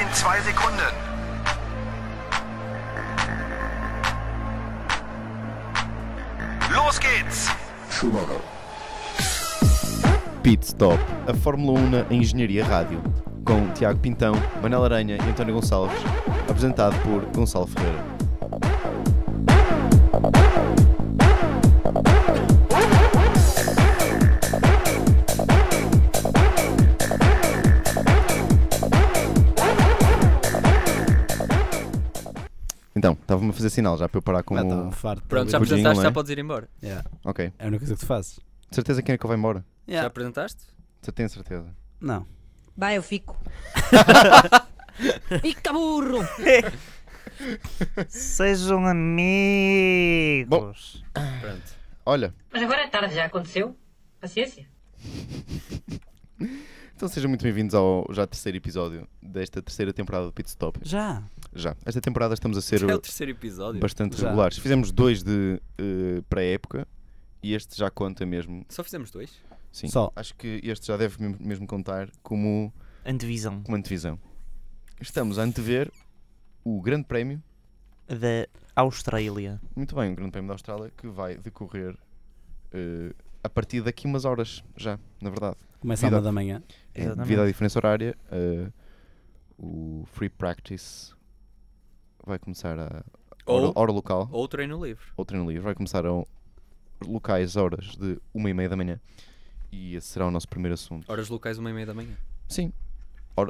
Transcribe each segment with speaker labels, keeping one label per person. Speaker 1: in zwei Sekunden. Los geht's!
Speaker 2: Schumacher.
Speaker 3: Pit Stop, a Fórmula 1 na Engenharia Rádio, com Tiago Pintão, Manel Aranha e António Gonçalves, apresentado por Gonçalo Ferreira. Então, estava-me a fazer sinal já para eu parar com
Speaker 4: Ah,
Speaker 3: o...
Speaker 4: tá, farto.
Speaker 5: Pronto, já
Speaker 3: Pudim,
Speaker 5: apresentaste,
Speaker 3: não é?
Speaker 5: já podes ir embora.
Speaker 4: Yeah.
Speaker 3: Ok.
Speaker 4: É a única coisa que tu fazes.
Speaker 3: De certeza que é que eu vou embora?
Speaker 5: Já
Speaker 4: Yeah.
Speaker 5: apresentaste?
Speaker 3: Você tem certeza?
Speaker 4: Não.
Speaker 6: Vai, eu fico. Fica burro!
Speaker 7: Sejam amigos.
Speaker 5: Pronto.
Speaker 3: Olha,
Speaker 8: Mas agora é tarde, já aconteceu. Paciência.
Speaker 3: então sejam muito bem-vindos ao já terceiro episódio desta terceira temporada do Pit Stop.
Speaker 4: Já.
Speaker 3: Já. Esta temporada estamos a ser
Speaker 5: É o terceiro episódio.
Speaker 3: bastante
Speaker 4: Já.
Speaker 3: regulares. Fizemos dois de eh, pré-época e este já conta mesmo.
Speaker 5: Só fizemos dois.
Speaker 3: Sim.
Speaker 4: Só.
Speaker 3: Acho que este já deve mesmo- mesmo contar como,
Speaker 7: Antevisão
Speaker 3: como antevisão. Estamos a antever o Grande Prémio.
Speaker 7: da Austrália.
Speaker 3: Muito bem, o Grande Prémio da Austrália que vai decorrer eh, a partir daqui umas horas já, na verdade.
Speaker 4: Começa à
Speaker 3: Vida.
Speaker 4: uma da manhã.
Speaker 3: É,
Speaker 7: Exatamente.
Speaker 3: devido à diferença horária, eh, o free practice vai começar a hora,
Speaker 5: Ou,
Speaker 3: hora local,
Speaker 5: ou treino livre.
Speaker 3: ou treino livre, vai começar a locais horas de uma e meia da manhã. E esse será o nosso primeiro assunto.
Speaker 5: Horas locais, uma e meia da manhã.
Speaker 3: Sim.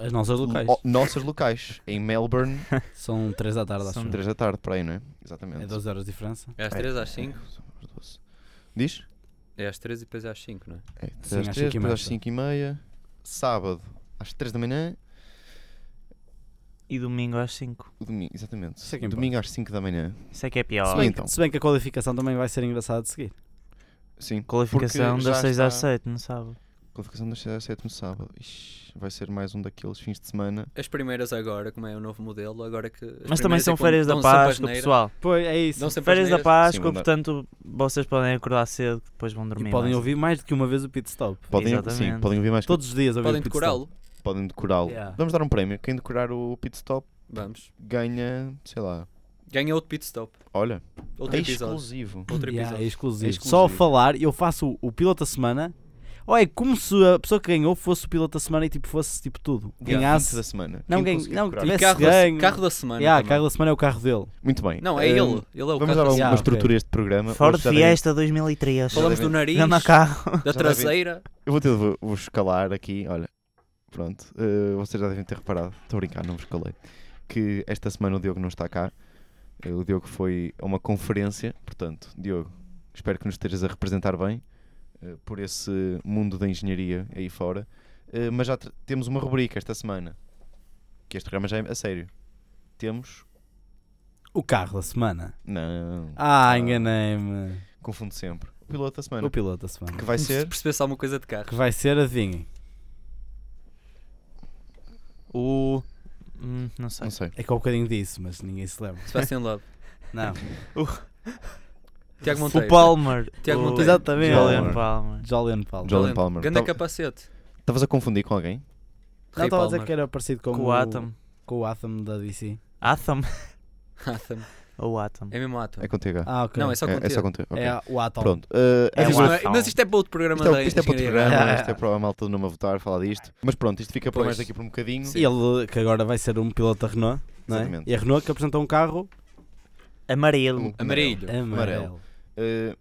Speaker 4: As nossas locais.
Speaker 3: Lo- nossas locais, em Melbourne,
Speaker 4: São 3 da tarde, acho.
Speaker 7: São
Speaker 4: eu.
Speaker 3: 3 da tarde, para aí, não é? Exatamente.
Speaker 4: É 12 horas de diferença.
Speaker 5: É às três, às cinco.
Speaker 3: São as 12. Diz?
Speaker 5: É às três e depois é às cinco, não é?
Speaker 3: É,
Speaker 4: Sim,
Speaker 3: às
Speaker 4: às
Speaker 3: 3,
Speaker 4: cinco e
Speaker 3: depois
Speaker 4: meia,
Speaker 3: às
Speaker 4: sim.
Speaker 3: 5 e meia, sábado às 3 da manhã,
Speaker 7: E domingo às 5.
Speaker 3: o domingo, exatamente.
Speaker 4: Isso é que importa.
Speaker 3: Domingo às 5 da manhã.
Speaker 7: Isso é que é
Speaker 4: Se
Speaker 7: pior.
Speaker 3: Sim.
Speaker 4: bem,
Speaker 3: então.
Speaker 4: se bem que a qualificação também vai ser engraçada de seguir.
Speaker 3: Sim.
Speaker 7: Qualificação
Speaker 3: porque
Speaker 7: das
Speaker 3: já
Speaker 7: 6 às
Speaker 3: está-
Speaker 7: 7, não sabe?
Speaker 3: Qualificação das 6 às 7 no sábado. Ixi, vai ser mais um daqueles fins de semana.
Speaker 5: As primeiras agora, como é o novo modelo, agora que. as
Speaker 7: Mas também
Speaker 5: primeiras é
Speaker 7: são
Speaker 5: que
Speaker 7: férias da
Speaker 5: dão sempre
Speaker 7: Páscoa,
Speaker 5: asneira.
Speaker 7: pessoal.
Speaker 4: Pois, é isso.
Speaker 5: Dão sempre
Speaker 7: Férias da
Speaker 5: asneiras.
Speaker 7: Páscoa,
Speaker 3: mandar-
Speaker 7: portanto vocês podem acordar cedo que depois vão dormir. é?
Speaker 4: E podem
Speaker 7: mais.
Speaker 4: ouvir mais do que uma vez o pit stop.
Speaker 3: Podem, sim,
Speaker 7: Exatamente.
Speaker 3: podem ouvir mais
Speaker 4: Todos os dias ouvir
Speaker 5: Podem
Speaker 4: o pit
Speaker 5: decorá-lo.
Speaker 3: que podem decorá-lo.
Speaker 4: Yeah.
Speaker 3: Vamos dar um prémio. Quem decorar o pit stop
Speaker 5: Vamos.
Speaker 3: ganha, sei lá,
Speaker 5: Ganha outro pit stop.
Speaker 3: olha,
Speaker 5: Outro
Speaker 3: é
Speaker 5: episódio.
Speaker 3: exclusivo.
Speaker 5: Outro
Speaker 4: stop. Yeah, é
Speaker 5: episódio.
Speaker 4: exclusivo.
Speaker 3: É exclusivo.
Speaker 4: Só falar, eu faço o, o piloto da semana. Ou é como se a pessoa que ganhou fosse o piloto da semana e tipo fosse tipo tudo.
Speaker 3: Dia
Speaker 4: Ganhasse.
Speaker 3: 20 da semana.
Speaker 4: Não,
Speaker 3: Quem
Speaker 4: ganha-
Speaker 3: conseguir
Speaker 4: não,
Speaker 3: decorar.
Speaker 4: tiver-
Speaker 5: E
Speaker 4: Esse
Speaker 5: carro, da,
Speaker 4: ganho-
Speaker 5: carro da semana.
Speaker 4: Yeah, a
Speaker 5: também.
Speaker 4: carro da semana é o carro dele.
Speaker 3: Muito bem.
Speaker 5: Não, é
Speaker 3: Eh,
Speaker 5: ele. Ele é o
Speaker 3: Vamos
Speaker 5: carro
Speaker 3: dar
Speaker 5: da
Speaker 3: alguma
Speaker 5: semana.
Speaker 4: Ah, ok.
Speaker 3: estrutura a este programa.
Speaker 7: Ford
Speaker 3: Hoje já devem-
Speaker 7: Fiesta 2003.
Speaker 5: Falamos do nariz,
Speaker 7: Anda carro.
Speaker 5: da
Speaker 3: Já devem-
Speaker 5: traseira.
Speaker 3: Eu vou ter de vos escalar aqui, olha. Pronto, eh, vocês já devem ter reparado, estou a brincar, não vos calei. Que esta semana o Diogo não está cá. Eh, O Diogo foi a uma conferência, portanto, Diogo, espero que nos estejas a representar bem eh, por esse mundo da engenharia aí fora. Eh, Mas já tr- temos uma rubrica esta semana, que este programa já é a sério. Temos.
Speaker 4: O carro da semana.
Speaker 3: Não,
Speaker 4: Ah, enganei-me.
Speaker 3: confundo sempre. O piloto da
Speaker 4: O
Speaker 3: semana,
Speaker 4: piloto da semana.
Speaker 3: que vai
Speaker 5: Se
Speaker 3: ser.
Speaker 5: percebesse alguma coisa de carro.
Speaker 4: Que vai ser, adivinhem.
Speaker 7: O. Hum, não sei.
Speaker 3: Não sei.
Speaker 4: É que há um bocadinho disso, mas ninguém se lembra.
Speaker 5: Sebastian Love.
Speaker 4: Não.
Speaker 5: Tiago
Speaker 7: O
Speaker 5: Monteiro.
Speaker 7: Palmer.
Speaker 5: Tiago
Speaker 7: o...
Speaker 5: Monteiro.
Speaker 4: Exatamente.
Speaker 3: Palmer.
Speaker 7: Julian Palmer.
Speaker 4: Jolene Palmer.
Speaker 3: Jolyon
Speaker 5: Valente.
Speaker 3: Palmer.
Speaker 5: Ganda
Speaker 3: Tá-
Speaker 5: capacete.
Speaker 3: Estavas a confundir com alguém?
Speaker 4: Não
Speaker 5: Ray
Speaker 4: estava a dizer
Speaker 5: Palmer.
Speaker 4: que era parecido com,
Speaker 7: Com o Atom.
Speaker 4: Com o Atom da DC.
Speaker 7: Atom?
Speaker 5: Atom.
Speaker 7: Ou Atom?
Speaker 5: É mesmo Atom.
Speaker 3: É com TH.
Speaker 4: Ah, ok.
Speaker 5: Não, é só com
Speaker 3: é, é só
Speaker 5: T.
Speaker 3: com T, ok.
Speaker 4: É o Atom.
Speaker 3: Pronto. eh,
Speaker 7: É
Speaker 3: a
Speaker 7: um
Speaker 5: Isto
Speaker 3: figura-
Speaker 5: não é-
Speaker 7: Atom.
Speaker 5: Mas isto é para outro programa
Speaker 3: Isto
Speaker 5: da
Speaker 3: é, isto é para outro
Speaker 5: engenharia.
Speaker 3: programa, isto é para a malta não me votar, falar
Speaker 7: É.
Speaker 3: disto. Mas pronto, isto fica para
Speaker 5: Pois.
Speaker 3: mais daqui por um bocadinho.
Speaker 5: Sim.
Speaker 4: Ele que agora vai ser um piloto da Renault. Não é?
Speaker 3: Exatamente.
Speaker 4: E a Renault que apresentou um carro
Speaker 7: Amarelo.
Speaker 5: Amarelo.
Speaker 4: É, amarelo.
Speaker 3: Eh,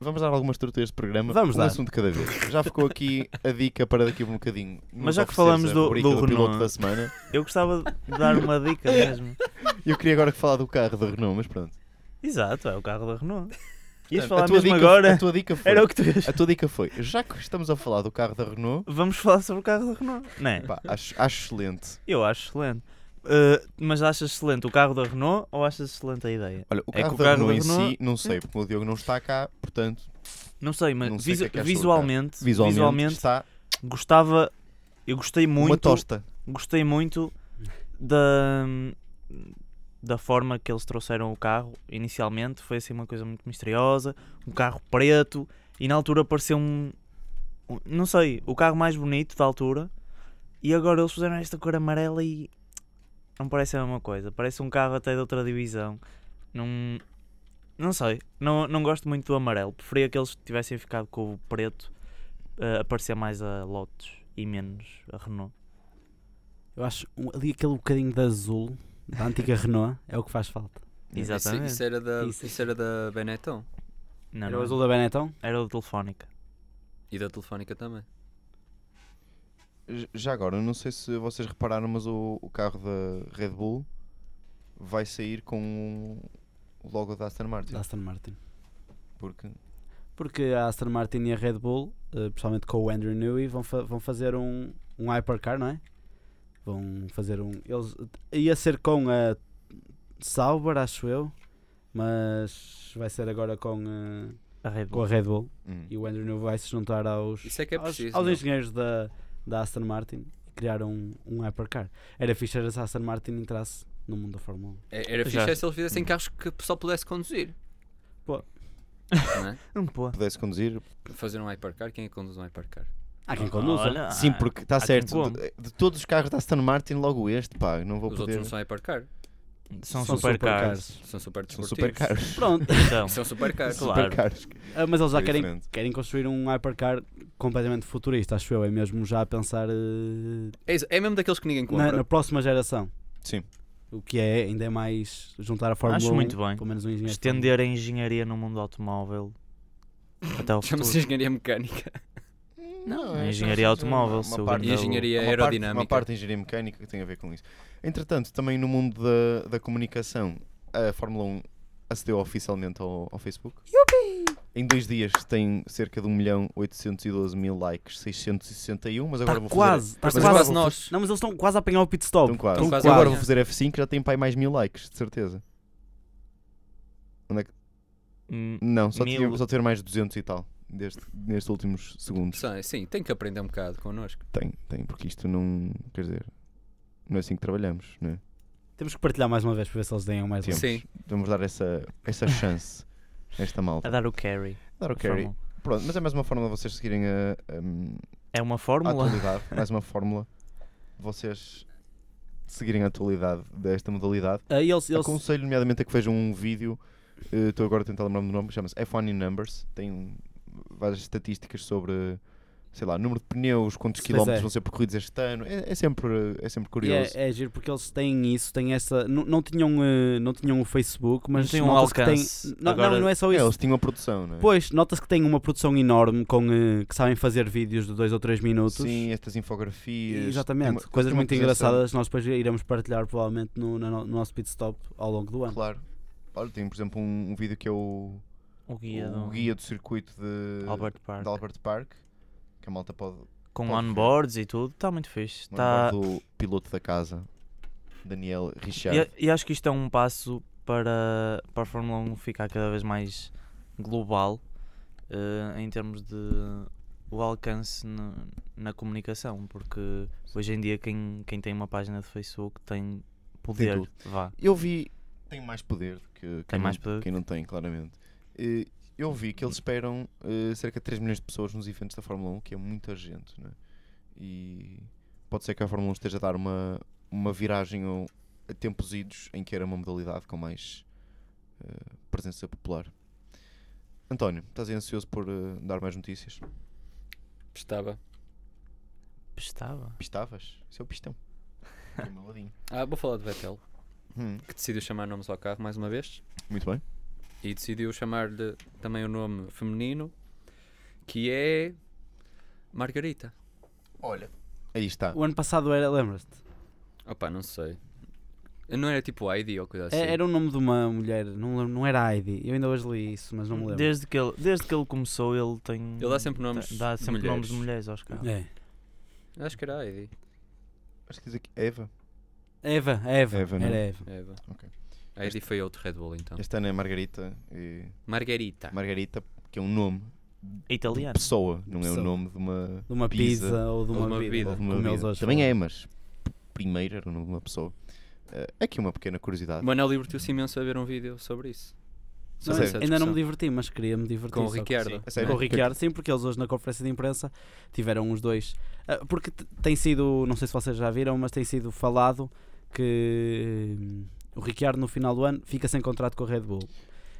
Speaker 3: vamos dar alguma estrutura a este programa.
Speaker 4: Vamos
Speaker 3: um
Speaker 4: dar.
Speaker 3: assunto de cada vez. Já ficou aqui a dica para daqui por um bocadinho.
Speaker 7: Mas
Speaker 3: Nos
Speaker 7: já que
Speaker 3: ofereceres
Speaker 7: falamos
Speaker 3: a
Speaker 7: do-
Speaker 3: rubrica
Speaker 7: do
Speaker 3: piloto
Speaker 7: Renault.
Speaker 3: da semana,
Speaker 7: Eu gostava de dar uma dica mesmo.
Speaker 3: eu queria agora falar do carro da Renault, mas pronto.
Speaker 7: Exato, é o carro da Renault. Ias
Speaker 3: Portanto,
Speaker 7: falar
Speaker 3: a tua
Speaker 7: mesmo
Speaker 3: dica,
Speaker 7: agora?
Speaker 3: A tua dica foi.
Speaker 7: Era o que tu ias.
Speaker 3: A tua dica foi. Já que estamos a falar do carro da Renault,
Speaker 7: Vamos falar sobre o carro da Renault. Não é?
Speaker 3: pá, acho, acho excelente.
Speaker 7: Eu acho excelente. Uh, mas achas excelente o carro da Renault ou achas excelente a ideia?
Speaker 3: Olha, o
Speaker 7: É
Speaker 3: carro,
Speaker 7: que o carro
Speaker 3: da,
Speaker 7: da
Speaker 3: Renault em si,
Speaker 7: Renault-
Speaker 3: não sei, porque o Diogo não está cá, portanto,
Speaker 7: Não sei, mas
Speaker 3: Não sei o que
Speaker 7: visu-
Speaker 3: é que achas do
Speaker 7: visualmente,
Speaker 3: visualmente,
Speaker 7: visualmente,
Speaker 3: está
Speaker 7: gostava. Eu gostei
Speaker 3: uma
Speaker 7: muito.
Speaker 3: tosta.
Speaker 7: Gostei muito da da forma que eles trouxeram o carro inicialmente. Foi assim uma coisa muito misteriosa, um carro preto e na altura pareceu um, um- não sei, o carro mais bonito da altura. E agora eles fizeram esta cor amarela e não parece a mesma coisa. Parece um carro até de outra divisão. Não, não sei. Não, não gosto muito do amarelo. Preferia que eles tivessem ficado com o preto eh, a parecer mais a Lotus e menos a Renault.
Speaker 4: Eu acho um- ali aquele bocadinho de azul da antiga Renault é o que faz falta.
Speaker 5: Isso- é-
Speaker 7: Exatamente.
Speaker 5: Isso, era da,
Speaker 4: Isso.
Speaker 5: isso. era da Benetton
Speaker 7: Não,
Speaker 4: Era
Speaker 7: não.
Speaker 4: É o azul da Benetton?
Speaker 7: Era o Telefónica.
Speaker 5: e da Telefónica também.
Speaker 3: J- Já agora, eu não sei se vocês repararam, mas o, o carro da Red Bull vai sair com o logo da Aston Martin.
Speaker 4: Da Aston Martin.
Speaker 3: Porque
Speaker 4: Porque a Aston Martin e a Red Bull, eh, principalmente com o Andrew Newey, vão, fa- vão fazer um, um hypercar, não é? Vão fazer um. Eles, ia ser com a Sauber, acho eu, mas vai ser agora com, eh,
Speaker 7: A Red
Speaker 4: com a
Speaker 7: Bull.
Speaker 4: Red Bull.
Speaker 3: hum,
Speaker 4: E o Andrew Newey vai se juntar aos,
Speaker 5: Isso é que é
Speaker 4: aos,
Speaker 5: preciso.
Speaker 4: aos
Speaker 5: não?
Speaker 4: engenheiros da, da Aston Martin e criar um, um hypercar. Era fixe era se a Aston Martin entrasse no mundo da Fórmula 1.
Speaker 5: É- Era
Speaker 7: Já.
Speaker 5: fixe é se eles fizessem carros que só pudesse conduzir.
Speaker 4: Pô.
Speaker 5: Não é?
Speaker 7: Não, pô.
Speaker 3: pudesse conduzir.
Speaker 5: Fazer um hypercar, quem é que conduz um hypercar?
Speaker 4: Há quem conduza.
Speaker 7: Olha,
Speaker 3: Sim, porque está
Speaker 7: Ah, há quem
Speaker 3: certo.
Speaker 7: como.
Speaker 3: De, de todos os carros da Aston Martin, logo este, pá, não vou
Speaker 5: Os outros
Speaker 3: poder.
Speaker 5: não são hypercar,
Speaker 7: São,
Speaker 4: São
Speaker 7: supercars.
Speaker 5: são super
Speaker 3: São
Speaker 5: desportivos.
Speaker 3: super caros.
Speaker 4: Pronto,
Speaker 7: Então,
Speaker 5: São super caros.
Speaker 7: Claro.
Speaker 3: Super caros.
Speaker 4: ah, mas eles já
Speaker 3: É
Speaker 4: querem,
Speaker 3: diferente.
Speaker 4: querem construir um hypercar completamente futurista, acho eu. É mesmo já a pensar eh,
Speaker 5: É, isso, é mesmo daqueles que ninguém
Speaker 4: na,
Speaker 5: compra.
Speaker 4: na próxima geração.
Speaker 3: Sim.
Speaker 4: O que é ainda é mais juntar a Fórmula
Speaker 7: Acho
Speaker 4: 1,
Speaker 7: muito bem.
Speaker 4: pelo menos um engenheiro.
Speaker 7: estender a engenharia no mundo automóvel até ao futuro.
Speaker 5: Chama-se engenharia mecânica.
Speaker 3: Não,
Speaker 7: é engenharia
Speaker 3: só-
Speaker 7: automóvel, seu
Speaker 5: E
Speaker 7: Não,
Speaker 5: engenharia
Speaker 3: uma parte-
Speaker 5: aerodinâmica.
Speaker 3: uma parte de engenharia mecânica que tem a ver com isso. Entretanto, também no mundo da, da comunicação, a Fórmula 1 acedeu oficialmente ao, ao Facebook. Em dois dias tem cerca de 1.812.000 likes, 661, mas agora
Speaker 4: Está
Speaker 3: vou
Speaker 4: Tá quase, está
Speaker 5: Mas
Speaker 4: quase.
Speaker 5: quase nós.
Speaker 4: Não, mas eles estão quase a apanhar o pit stop.
Speaker 3: fazer... Estão
Speaker 7: Então,
Speaker 3: quase.
Speaker 4: Estão
Speaker 5: Estão quase um.
Speaker 3: Eu agora
Speaker 5: a
Speaker 3: vou fazer F5 já tem para aí mais mil likes, de certeza.
Speaker 7: Hum,
Speaker 3: Não, só,
Speaker 7: Mil.
Speaker 3: tinha, só ter mais 200 e tal, deste, nestes últimos segundos.
Speaker 5: Sim, Sim, tem que aprender um bocado connosco.
Speaker 3: Tem, tem, porque isto não... Quer dizer, não é assim que trabalhamos, não é?
Speaker 4: Temos que partilhar mais uma vez para ver se eles ganham mais um.
Speaker 3: Temos.
Speaker 4: likes.
Speaker 5: Sim.
Speaker 3: Vamos dar essa, essa chance a esta
Speaker 7: a
Speaker 3: malta.
Speaker 7: dar o carry.
Speaker 3: Dar o
Speaker 7: a
Speaker 3: carry.
Speaker 7: fórmula.
Speaker 3: Pronto, mas é mais uma forma de vocês seguirem a, um,
Speaker 7: É uma
Speaker 3: a
Speaker 7: fórmula.
Speaker 3: atualidade. Mais uma fórmula. Vocês seguirem a atualidade desta modalidade.
Speaker 4: Ah, e
Speaker 7: É
Speaker 4: eles, eles,
Speaker 3: Aconselho, nomeadamente, a que vejam um vídeo. eh, Estou agora a tentar lembrar-me do nome, chama-se F1 in Numbers. Tem um- várias estatísticas sobre, sei lá, número de pneus, quantos
Speaker 4: Pois
Speaker 3: quilómetros
Speaker 4: é.
Speaker 3: vão ser percorridos este ano. É, é sempre, é sempre
Speaker 4: E
Speaker 3: curioso.
Speaker 4: É, é giro porque eles têm isso, têm essa. Não, não tinham, eh, não tinham o Facebook, mas
Speaker 7: Não tinham um
Speaker 4: nota-se que têm-
Speaker 7: alcance.
Speaker 4: Não, não,
Speaker 7: Agora-
Speaker 4: não é só
Speaker 3: É,
Speaker 4: isso.
Speaker 3: eles tinham a produção, não é?
Speaker 4: Pois, nota-se que têm uma produção enorme com, eh, que sabem fazer vídeos de 2 ou 3 minutos.
Speaker 3: Sim, estas infografias. tem
Speaker 4: Exatamente,
Speaker 3: uma-
Speaker 4: coisas
Speaker 3: tem uma
Speaker 4: muito
Speaker 3: apresentação.
Speaker 4: engraçadas. Nós depois iremos partilhar provavelmente no, na no- no nosso pit stop ao longo do ano.
Speaker 3: Claro. Olha, tem por exemplo um, um vídeo que é o,
Speaker 7: O guia
Speaker 3: o
Speaker 7: do
Speaker 3: guia do circuito de
Speaker 7: de Albert Park.
Speaker 3: de Albert Park, que a malta pode.
Speaker 7: Com
Speaker 3: Pode ver.
Speaker 7: onboards e tudo. Está muito fixe. Tá Está...
Speaker 3: Do piloto da casa, Daniel Richard.
Speaker 7: E, e acho que isto é um passo para, para a Fórmula 1 ficar cada vez mais global eh, em termos de o alcance na- na comunicação, porque hoje em dia quem, quem tem uma página de Facebook tem poder,
Speaker 3: tudo.
Speaker 7: vá.
Speaker 3: Eu vi. Tem mais poder do que quem,
Speaker 7: Tem mais
Speaker 3: não,
Speaker 7: poder.
Speaker 3: quem não tem, claramente. Eh, Eu vi que eles esperam eh, cerca de 3 milhões de pessoas nos eventos da Fórmula 1, que é muita gente, né? E pode ser que a Fórmula 1 esteja a dar uma, uma viragem ao- a tempos idos em que era uma modalidade com mais eh, presença popular. António, estás aí ansioso por eh, dar mais notícias?
Speaker 5: Estava.
Speaker 7: Estava.
Speaker 3: Pistavas? Isso é o pistão. Aqui ao meu ladinho.
Speaker 5: Ah, vou falar de Vettel,
Speaker 3: Hum,
Speaker 5: que decidiu chamar nomes ao carro mais uma vez.
Speaker 3: muito bem.
Speaker 5: E decidiu chamar-lhe também o nome feminino, que é Margarita.
Speaker 3: Olha. Aí está.
Speaker 4: O ano passado era, lembras-te?
Speaker 5: Opa, não sei. Não era tipo Heidi ou coisa assim.
Speaker 4: É- Era o nome de uma mulher, não, lembro- não era Heidi. Eu ainda hoje li isso, mas não me lembro.
Speaker 7: Desde que, ele, desde que ele começou, ele tem.
Speaker 5: Ele dá sempre nomes
Speaker 7: dá
Speaker 5: de
Speaker 7: sempre
Speaker 5: mulheres.
Speaker 7: nomes de mulheres aos carros.
Speaker 4: É.
Speaker 5: Acho que era Heidi.
Speaker 3: Acho que diz aqui Eva.
Speaker 4: Eva, Eva,
Speaker 3: Eva, não? é?
Speaker 4: era Eva.
Speaker 5: Eva.
Speaker 3: Ok.
Speaker 5: A Heidi foi outro Red Bull então.
Speaker 3: Esta Ana é Margarita. E...
Speaker 5: Margarita.
Speaker 3: Margarita, que é um nome de
Speaker 7: É Italiano.
Speaker 3: pessoa, não é
Speaker 4: Pessoa.
Speaker 3: o nome de uma,
Speaker 4: De uma pizza,
Speaker 3: Pizza.
Speaker 4: ou de
Speaker 5: Ou
Speaker 4: uma,
Speaker 5: de uma
Speaker 4: bebida,
Speaker 5: bebida.
Speaker 3: ou de
Speaker 4: como
Speaker 3: uma
Speaker 4: eles
Speaker 3: vida.
Speaker 4: hoje
Speaker 3: Também
Speaker 4: falam.
Speaker 3: é, mas p- primeiro era o nome de uma pessoa. Eh, aqui uma pequena curiosidade.
Speaker 5: O Manel divertiu-se imenso a ver um vídeo sobre isso.
Speaker 4: Não,
Speaker 3: Sim.
Speaker 5: Sobre essa
Speaker 4: ainda não me
Speaker 5: discussão.
Speaker 4: diverti, mas queria me divertir.
Speaker 5: Com o
Speaker 4: só que-
Speaker 5: Ricciardo.
Speaker 3: Sim, a
Speaker 4: Com
Speaker 3: sério.
Speaker 4: o Ricciardo, sim, porque eles hoje na conferência de imprensa tiveram os dois. Ah, Porque t- tem sido, não sei se vocês já viram, mas tem sido falado que hum, o Ricciardo no final do ano fica sem contrato com a Red Bull.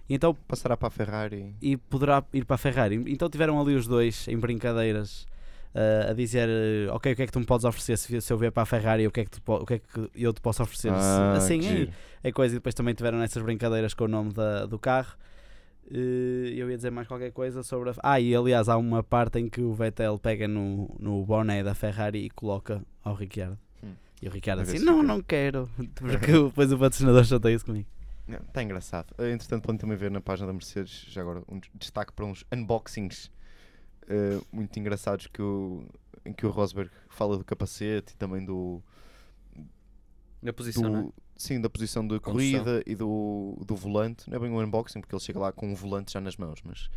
Speaker 4: E então
Speaker 3: Passará para a Ferrari.
Speaker 4: e poderá ir para a Ferrari. Então tiveram ali os dois em brincadeiras ah, a dizer: eh, Ok, o que é que tu me podes oferecer se, se eu vier para a Ferrari? O que é que, tu po- o que, é que eu te posso oferecer?
Speaker 3: Ah,
Speaker 4: assim
Speaker 3: que
Speaker 4: é,
Speaker 3: giro.
Speaker 4: é coisa. E depois também tiveram essas brincadeiras com o nome da- do carro. Eh, eu ia dizer mais qualquer coisa sobre a. Ah, e aliás, há uma parte em que o Vettel pega no, no boné da Ferrari e coloca ao Ricciardo.
Speaker 3: Hum.
Speaker 4: E o Ricciardo
Speaker 3: A ver
Speaker 4: assim:
Speaker 3: se
Speaker 4: Não,
Speaker 3: fica."
Speaker 4: não quero. Porque depois o patrocinador chateia-se comigo.
Speaker 3: Não, Está engraçado. Eh, Entretanto, podem também ver na página da Mercedes, já agora, um des- destaque para uns unboxings eh, muito engraçados que o, em que o Rosberg fala do capacete e também do.
Speaker 5: Na posição, não é?
Speaker 3: do sim, da posição da
Speaker 5: Condução.
Speaker 3: corrida e do, do volante. Não é bem um unboxing, porque ele chega lá com um volante já nas mãos, mas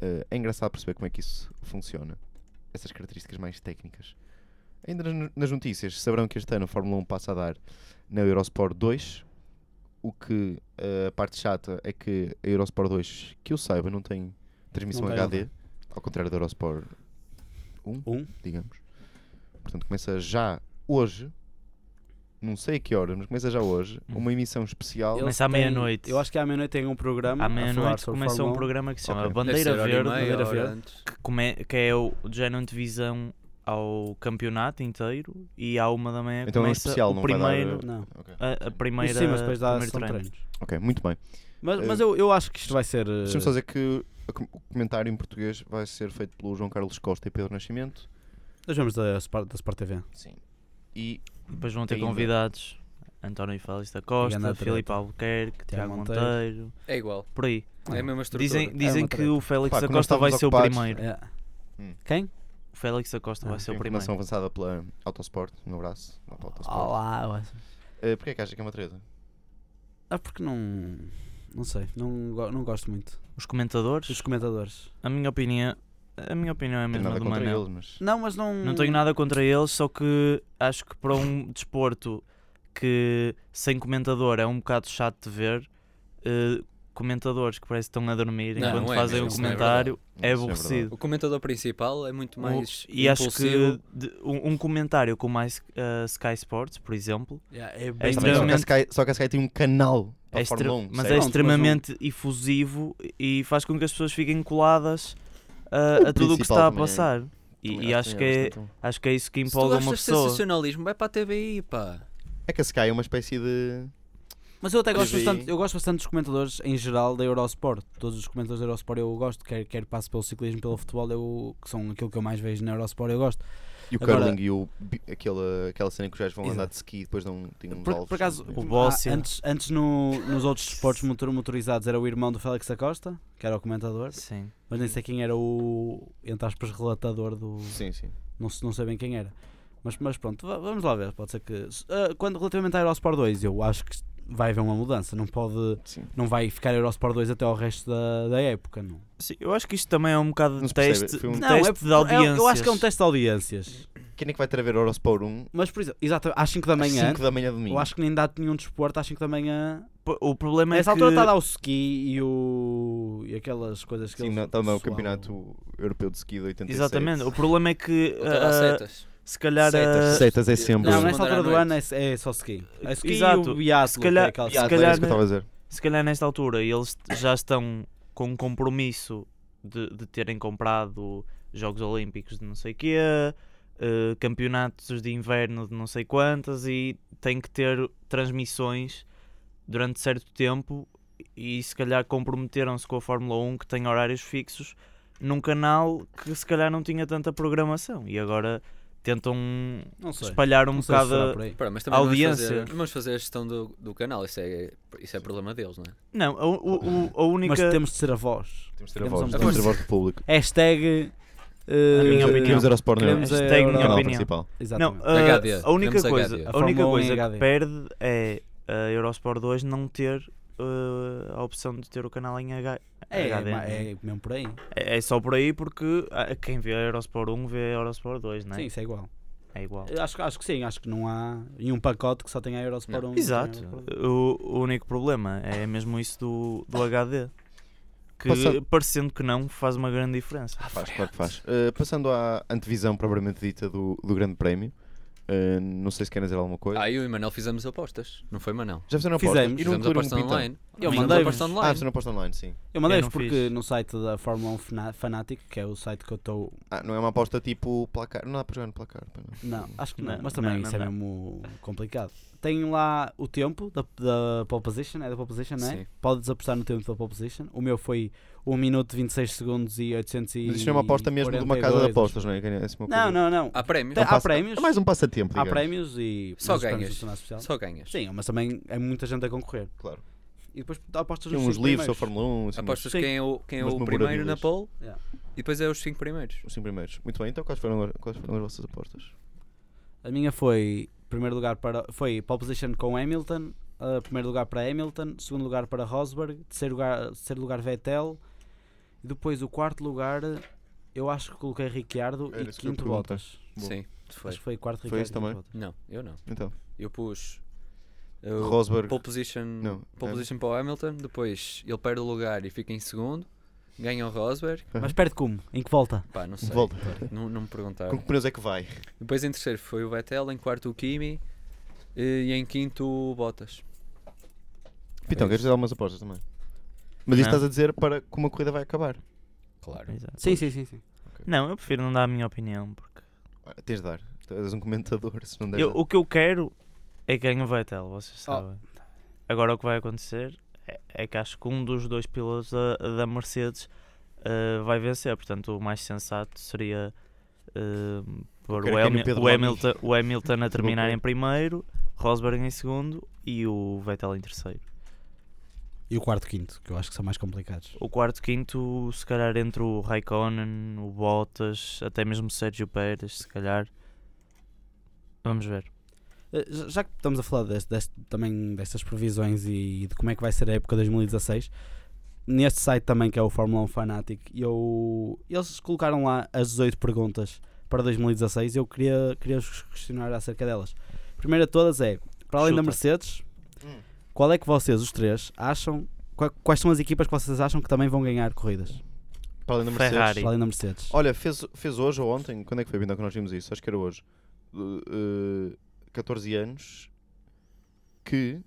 Speaker 3: eh, é engraçado perceber como é que isso funciona. Essas características mais técnicas. Ainda nas, nas notícias, saberão que este ano a Fórmula 1 passa a dar na Eurosport 2. O que eh, a parte chata é que a Eurosport 2, que eu saiba, não tem transmissão
Speaker 4: Não tem
Speaker 3: HD, ao contrário da Eurosport 1,
Speaker 4: Um.
Speaker 3: digamos. Portanto, começa já hoje, não sei a que hora, mas começa já hoje,
Speaker 7: Uhum.
Speaker 3: uma emissão especial.
Speaker 4: Eles
Speaker 7: Começa à
Speaker 4: têm-
Speaker 7: meia-noite.
Speaker 4: Eu acho que à meia-noite tem um programa.
Speaker 7: À
Speaker 4: a falar
Speaker 7: meia-noite
Speaker 4: sobre
Speaker 7: começou um
Speaker 4: Fórmula 1.
Speaker 7: programa que se chama
Speaker 3: Ok.
Speaker 5: Deve ser
Speaker 7: Bandeira
Speaker 5: hora e
Speaker 7: Verde,
Speaker 5: meia,
Speaker 4: Bandeira
Speaker 5: hora
Speaker 4: Verde.
Speaker 5: antes.
Speaker 7: que, come- que é o de género de divisão ao campeonato inteiro e à uma da manhã
Speaker 3: Então é um
Speaker 7: começa
Speaker 3: especial,
Speaker 7: o
Speaker 3: não vai dar- eh,
Speaker 7: primeiro,
Speaker 4: Não.
Speaker 3: Ok.
Speaker 7: a, a primeira,
Speaker 4: Sim, mas depois um dá
Speaker 7: primeiro
Speaker 4: são
Speaker 7: treino.
Speaker 4: treinos.
Speaker 3: Ok, muito bem.
Speaker 4: Mas,
Speaker 3: Eh,
Speaker 4: mas eu, eu acho que isto vai ser. eh,
Speaker 3: Deixa-me só dizer que o com- o comentário em português vai ser feito pelo João Carlos Costa e Pedro Nascimento.
Speaker 4: Nós vamos da Sport, da Sport TV.
Speaker 3: Sim. E
Speaker 7: Depois vão ter
Speaker 3: Ainda.
Speaker 7: convidados António Félix da
Speaker 4: Ganda
Speaker 7: Costa,
Speaker 4: treta.
Speaker 7: Filipe Albuquerque, Tiago
Speaker 4: Monteiro.
Speaker 7: Monteiro.
Speaker 5: É igual.
Speaker 7: por aí.
Speaker 5: É a mesma estrutura.
Speaker 7: Dizem,
Speaker 4: É
Speaker 7: dizem
Speaker 4: uma
Speaker 7: que
Speaker 4: treta.
Speaker 7: o Félix
Speaker 3: Pá,
Speaker 7: da
Speaker 3: quando nós
Speaker 7: Costa vai
Speaker 3: estávamos
Speaker 7: ser o
Speaker 3: ocupados-
Speaker 7: primeiro.
Speaker 4: É.
Speaker 3: Hum.
Speaker 4: Quem?
Speaker 7: O Félix da Costa
Speaker 4: Ah,
Speaker 7: vai ser o primeiro.
Speaker 3: informação avançada pela Autosport. Um abraço. Lá para a Autosport.
Speaker 4: Olá. ué.
Speaker 3: Eh, porquê é que acha que é uma treta?
Speaker 4: Ah, porque não. Não sei. Não, go- não gosto muito
Speaker 7: Os
Speaker 4: dos
Speaker 7: comentadores,
Speaker 4: comentadores.
Speaker 7: a minha opinião, a minha opinião é a
Speaker 3: Não tenho
Speaker 7: mesma
Speaker 3: nada
Speaker 7: do
Speaker 3: contra
Speaker 7: Manel.
Speaker 3: eles, mas.
Speaker 4: Não, mas não.
Speaker 7: Não
Speaker 5: Hum.
Speaker 7: tenho nada contra eles, só que acho que para um desporto que sem comentador é um bocado chato de ver, eh, comentadores que parecem que estão a dormir
Speaker 5: Não,
Speaker 7: enquanto
Speaker 5: não é
Speaker 7: fazem
Speaker 5: mesmo,
Speaker 7: o
Speaker 5: isso não é
Speaker 7: comentário é,
Speaker 3: Isso é
Speaker 7: aborrecido.
Speaker 5: O comentador principal é muito mais.
Speaker 7: O- e acho que
Speaker 5: impulsivo.
Speaker 7: de- um, um comentário com mais eh, Sky Sports, por exemplo,
Speaker 4: Yeah, é
Speaker 7: É
Speaker 3: Também
Speaker 4: bem
Speaker 3: só, que a
Speaker 7: extremamente-
Speaker 3: Sky, só que a Sky tem um canal para
Speaker 7: é
Speaker 3: a Fórmula 1.
Speaker 7: extre- mas
Speaker 3: certo?
Speaker 7: é
Speaker 4: Pronto,
Speaker 7: extremamente efusivo e faz com que as pessoas fiquem coladas eh,
Speaker 3: O
Speaker 7: a tudo o
Speaker 3: principal
Speaker 7: que está a
Speaker 3: também é-
Speaker 7: passar.
Speaker 3: Também
Speaker 7: E, e acho, que é,
Speaker 3: bastante um-
Speaker 7: acho que é isso que
Speaker 5: Se tu
Speaker 7: empolga uma
Speaker 5: gostas de
Speaker 7: pessoa.
Speaker 5: sensacionalismo, vai para a TVI, pá.
Speaker 7: um.
Speaker 3: É que a Sky é uma espécie de.
Speaker 4: Mas eu até gosto
Speaker 3: TV.
Speaker 4: bastante, eu gosto bastante dos comentadores em geral da Eurosport. Todos os comentadores da Eurosport eu gosto, quer, quer passe pelo ciclismo, pelo futebol, eu, que são aquilo que eu mais vejo na Eurosport, eu gosto.
Speaker 3: E o
Speaker 4: Agora-
Speaker 3: curling e o, bi- aquela, aquela cena que os gajos vão
Speaker 4: Exato.
Speaker 3: andar de ski e depois dão um, tem uns
Speaker 4: Por,
Speaker 3: alvos.
Speaker 4: por acaso,
Speaker 3: Não é?
Speaker 7: O Bóssia.
Speaker 4: ah, antes, antes no- nos outros esportes motor- motorizados era o irmão do Félix Acosta, que era o comentador,
Speaker 7: Sim.
Speaker 4: mas nem sei quem era o, entre aspas, relatador do.
Speaker 3: Sim, sim.
Speaker 4: Não, se- não sei bem quem era. Mas, mas pronto, va- vamos lá ver. Pode ser que. se- ah, quando relativamente à Eurosport 2, eu acho que vai haver uma mudança. Não pode.
Speaker 3: sim.
Speaker 4: Não vai ficar a Eurosport 2 até ao resto da, da época, não.
Speaker 7: Sim, eu acho que isto também é um bocado
Speaker 3: Não
Speaker 7: de
Speaker 3: se percebe,
Speaker 7: teste,
Speaker 3: foi um-
Speaker 7: de
Speaker 4: Não,
Speaker 7: teste
Speaker 4: é-
Speaker 7: de audiências.
Speaker 4: Eu acho que é um teste de audiências.
Speaker 3: Quem é que vai ter a ver Eurosport 1
Speaker 4: Mas, por exemplo, exatamente, às 5 da
Speaker 3: às
Speaker 4: manhã,
Speaker 3: 5 da manhã de domingo?
Speaker 4: eu acho que nem dá nenhum desporto às 5 da manhã.
Speaker 7: P- O problema é
Speaker 4: Nessa
Speaker 7: que...
Speaker 4: altura está a dar o ski e, o... e aquelas coisas que
Speaker 3: Sim,
Speaker 4: eles-
Speaker 3: não, também é o
Speaker 4: pessoal-
Speaker 3: Campeonato Europeu de Ski de 87.
Speaker 7: Exatamente, o problema é que
Speaker 5: Ou tá
Speaker 7: ah,
Speaker 5: lá setas.
Speaker 7: se calhar
Speaker 5: Setas.
Speaker 7: ah,
Speaker 3: Setas é sempre.
Speaker 4: Não,
Speaker 5: Eles
Speaker 4: nessa
Speaker 5: mandam à
Speaker 4: altura do ano é, é só ski. É ski
Speaker 7: Exato.
Speaker 4: e o biatlo,
Speaker 7: Se calhar-
Speaker 4: que é aquela-
Speaker 7: se
Speaker 3: Era
Speaker 7: calhar-
Speaker 3: isso que eu estava a dizer.
Speaker 7: se calhar nesta altura eles já estão com um compromisso de, de terem comprado Jogos Olímpicos de não sei quê, eh, campeonatos de inverno de não sei quantas e têm que ter transmissões durante certo tempo e se calhar comprometeram-se com a Fórmula 1 que tem horários fixos num canal que se calhar não tinha tanta programação e agora tentam
Speaker 4: Não sei.
Speaker 7: espalhar um
Speaker 4: Não sei se
Speaker 7: bocado
Speaker 4: será
Speaker 7: a-
Speaker 4: por aí.
Speaker 5: Pera, mas também vamos
Speaker 7: audiência.
Speaker 5: fazer, vamos fazer a gestão do, do canal. Isso é, isso é problema deles, não é?
Speaker 7: Não, a, o- o- a única.
Speaker 4: Mas temos de ser a voz.
Speaker 3: Temos de
Speaker 4: ter a
Speaker 3: Temos
Speaker 4: voz.
Speaker 3: de ter a voz do público.
Speaker 4: Hashtag.
Speaker 7: A minha
Speaker 4: eh,
Speaker 7: opinião.
Speaker 3: Queremos Eurosport no
Speaker 4: Queremos
Speaker 3: no
Speaker 4: a
Speaker 7: Hashtag minha
Speaker 4: Euro-
Speaker 3: canal
Speaker 7: opinião.
Speaker 3: principal.
Speaker 7: Não,
Speaker 4: Exatamente.
Speaker 7: a-
Speaker 5: HD,
Speaker 7: a única
Speaker 5: queremos
Speaker 7: coisa,
Speaker 5: HD.
Speaker 7: a única
Speaker 4: Fórmula um
Speaker 7: coisa
Speaker 4: HD.
Speaker 7: que perde é a Eurosport 2 não ter eh, a opção de ter o canal em H
Speaker 4: É,
Speaker 7: HD.
Speaker 4: ma- é mesmo por aí.
Speaker 7: É- é só por aí porque ah, quem vê a Eurosport 1 vê a Eurosport 2, não é?
Speaker 4: Sim, isso é igual.
Speaker 7: É igual.
Speaker 4: Eu Acho, acho que sim, acho que não há nenhum pacote que só tenha a Eurosport 1.
Speaker 7: Exato. O, o único problema é mesmo isso do, do HD. Que
Speaker 3: Passa-
Speaker 7: parecendo que não faz uma
Speaker 3: Ah,
Speaker 7: grande diferença.
Speaker 3: Uh, Faz, claro que faz. Eh, passando à antevisão propriamente dita do, do Grande Prémio, Uh, não sei se querem dizer alguma coisa.
Speaker 5: Ah, eu e o Manel fizemos apostas, não foi Manel?
Speaker 3: Já fizeram aposta?
Speaker 4: Fizemos.
Speaker 3: E não
Speaker 5: Fizemos
Speaker 3: incluíram um
Speaker 5: aposta
Speaker 3: pitão.
Speaker 5: online.
Speaker 4: Eu
Speaker 5: Fizemos
Speaker 4: mandei-vos.
Speaker 5: aposta
Speaker 3: Ah,
Speaker 5: online.
Speaker 3: fizeram aposta online, sim.
Speaker 4: Eu mandei
Speaker 7: não
Speaker 4: porque
Speaker 7: fiz.
Speaker 4: no site da Fórmula 1 Fana- Fanatic, que é o site que eu estou.
Speaker 3: Ah, não é uma aposta tipo placar. Não dá para jogar no placar. pá, não.
Speaker 4: Não, acho que não,
Speaker 7: Não,
Speaker 4: mas também
Speaker 7: não,
Speaker 4: isso
Speaker 7: não
Speaker 4: é
Speaker 7: dá.
Speaker 4: mesmo complicado. Tem lá o tempo da, da pole position, é da pole position, não é?
Speaker 5: Sim.
Speaker 4: Podes apostar no tempo da pole position. O meu foi 1 minuto 26 segundos e 800 e.
Speaker 3: Mas isto é uma aposta mesmo de uma casa de apostas, não é? Que é essa uma coisa-
Speaker 4: Não, não, não.
Speaker 5: Há prémios?
Speaker 4: Tem-
Speaker 3: É um
Speaker 4: há
Speaker 3: passe-
Speaker 4: prémios.
Speaker 3: É mais um passatempo,
Speaker 4: Há
Speaker 3: digamos.
Speaker 4: prémios e.
Speaker 5: Só
Speaker 4: mas os prémios
Speaker 5: ganhas.
Speaker 4: do Torneio Especial.
Speaker 5: Só ganhas.
Speaker 4: Sim, mas também é muita gente a concorrer.
Speaker 3: Claro.
Speaker 4: E depois apostas
Speaker 3: Tem
Speaker 4: nos
Speaker 3: uns
Speaker 4: cinco
Speaker 3: livros sobre
Speaker 4: primeiros.
Speaker 3: Fórmula 1, assim,
Speaker 5: Apostas
Speaker 4: Sim.
Speaker 5: quem é o, quem é
Speaker 3: Umas
Speaker 5: o
Speaker 3: memorabilias.
Speaker 5: primeiro na pole
Speaker 4: Yeah.
Speaker 5: e depois é os 5 primeiros.
Speaker 3: os cinco primeiros. Muito bem, então quais foram, quais foram as vossas apostas?
Speaker 4: A minha foi primeiro lugar para foi pole position com Hamilton, uh, primeiro lugar para Hamilton, segundo lugar para Rosberg, terceiro lugar, terceiro lugar Vettel, e depois o quarto lugar eu acho que coloquei Ricciardo
Speaker 3: Era
Speaker 4: e
Speaker 3: isso que eu ia
Speaker 4: quinto
Speaker 3: perguntar.
Speaker 4: Bottas.
Speaker 3: Bom.
Speaker 5: Sim, foi.
Speaker 4: Acho que foi quarto
Speaker 3: Foi
Speaker 4: Ricciardo.
Speaker 3: isso
Speaker 4: e quinto
Speaker 3: também?
Speaker 4: Bottas.
Speaker 5: Não, eu não.
Speaker 3: Então,
Speaker 5: Eu pus. uh,
Speaker 3: Rosberg.
Speaker 5: Pole position,
Speaker 3: Não,
Speaker 5: pole
Speaker 3: é-
Speaker 5: position para o Hamilton, depois ele perde o lugar e fica em segundo, ganha o Rosberg,
Speaker 4: Mas perto como? Em que volta?
Speaker 5: pá, não sei,
Speaker 3: Volta.
Speaker 5: Não, não me perguntaram.
Speaker 3: Com que pneus é que vai?
Speaker 5: Depois em terceiro foi o Vettel, em quarto o Kimi eh, e em quinto o Bottas.
Speaker 3: Pitão, Então, queres dizer algumas apostas também? É Mas isto
Speaker 7: Não.
Speaker 3: estás a dizer para como a corrida vai acabar.
Speaker 5: Claro.
Speaker 7: Exato.
Speaker 4: Sim, sim, sim, sim.
Speaker 7: Não, eu prefiro não dar a minha opinião. Porque
Speaker 3: Ah, Tens de dar. Tu és um comentador, se não der.
Speaker 7: eu, o que eu quero é que ganhe o Vettel, vocês sabem. Agora o que vai acontecer é, é que acho que um dos dois pilotos da, da Mercedes eh, vai vencer. Portanto, o mais sensato seria eh, pôr
Speaker 3: quero
Speaker 7: o,
Speaker 3: que ganhe
Speaker 7: Hamil-
Speaker 3: o Pedro
Speaker 7: o
Speaker 3: Lamy.
Speaker 7: Hamilton, o Hamilton a terminar
Speaker 3: Pedro.
Speaker 7: em primeiro, Rosberg em segundo e o Vettel em terceiro.
Speaker 4: E o quarto quinto, que eu acho que são mais complicados.
Speaker 7: O quarto, quinto, se calhar entre o Raikkonen, o Bottas, até mesmo o Sérgio Pérez, se calhar. Vamos ver.
Speaker 4: Eh, já- Já que estamos a falar deste, deste- também destas previsões e de como é que vai ser a época 2016, neste site também que é o Fórmula 1 Fanatic, eu, eles colocaram lá as 18 perguntas para 2016 e eu queria, queria vos questionar acerca delas. A primeira de todas é, para além da
Speaker 7: Chuta.
Speaker 4: Mercedes,
Speaker 3: Hum.
Speaker 4: qual é que vocês, os três, acham, qua- quais são as equipas que vocês acham que também vão ganhar corridas?
Speaker 3: Para além da Mercedes.
Speaker 7: Ferrari. Sim.
Speaker 4: Para além da Mercedes.
Speaker 3: Olha, fez, fez hoje ou ontem, quando é que foi Bindão que nós vimos isso? Acho que era hoje. Uh, uh, 14 anos que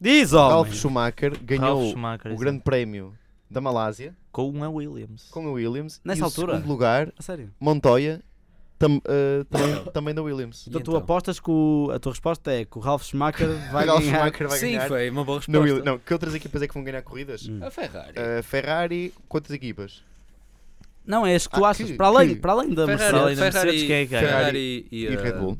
Speaker 4: Diz,
Speaker 3: Ralf
Speaker 4: homem!
Speaker 3: Schumacher
Speaker 7: Ralf
Speaker 3: ganhou
Speaker 7: Schumacher,
Speaker 3: o grande prémio da Malásia
Speaker 7: com a Williams.
Speaker 3: com a Williams.
Speaker 4: Nessa
Speaker 3: e
Speaker 4: altura?
Speaker 3: o segundo lugar,
Speaker 4: A sério?
Speaker 3: Montoya, tam- uh, também, também da Williams.
Speaker 5: E
Speaker 4: Então, tu
Speaker 5: então?
Speaker 4: apostas que o- a tua resposta é que o Ralf Schumacher vai
Speaker 3: Ralf
Speaker 4: ganhar...
Speaker 3: Schumacher vai
Speaker 5: Sim,
Speaker 3: ganhar.
Speaker 5: foi uma boa
Speaker 3: na
Speaker 5: resposta.
Speaker 3: Williams. Não, que outras equipas é que vão ganhar corridas?
Speaker 4: Hum.
Speaker 5: A Ferrari.
Speaker 3: Uh, Ferrari, quantas equipas?
Speaker 4: Não, é as que tu
Speaker 3: Ah,
Speaker 4: achas.
Speaker 3: que-
Speaker 4: para, além,
Speaker 3: que-
Speaker 4: para além da
Speaker 5: Ferrari,
Speaker 4: Mercedes.
Speaker 7: além da Mercedes, quem é que ganha?
Speaker 5: Ferrari e,
Speaker 4: eh,
Speaker 3: E
Speaker 5: a-
Speaker 3: Red Bull.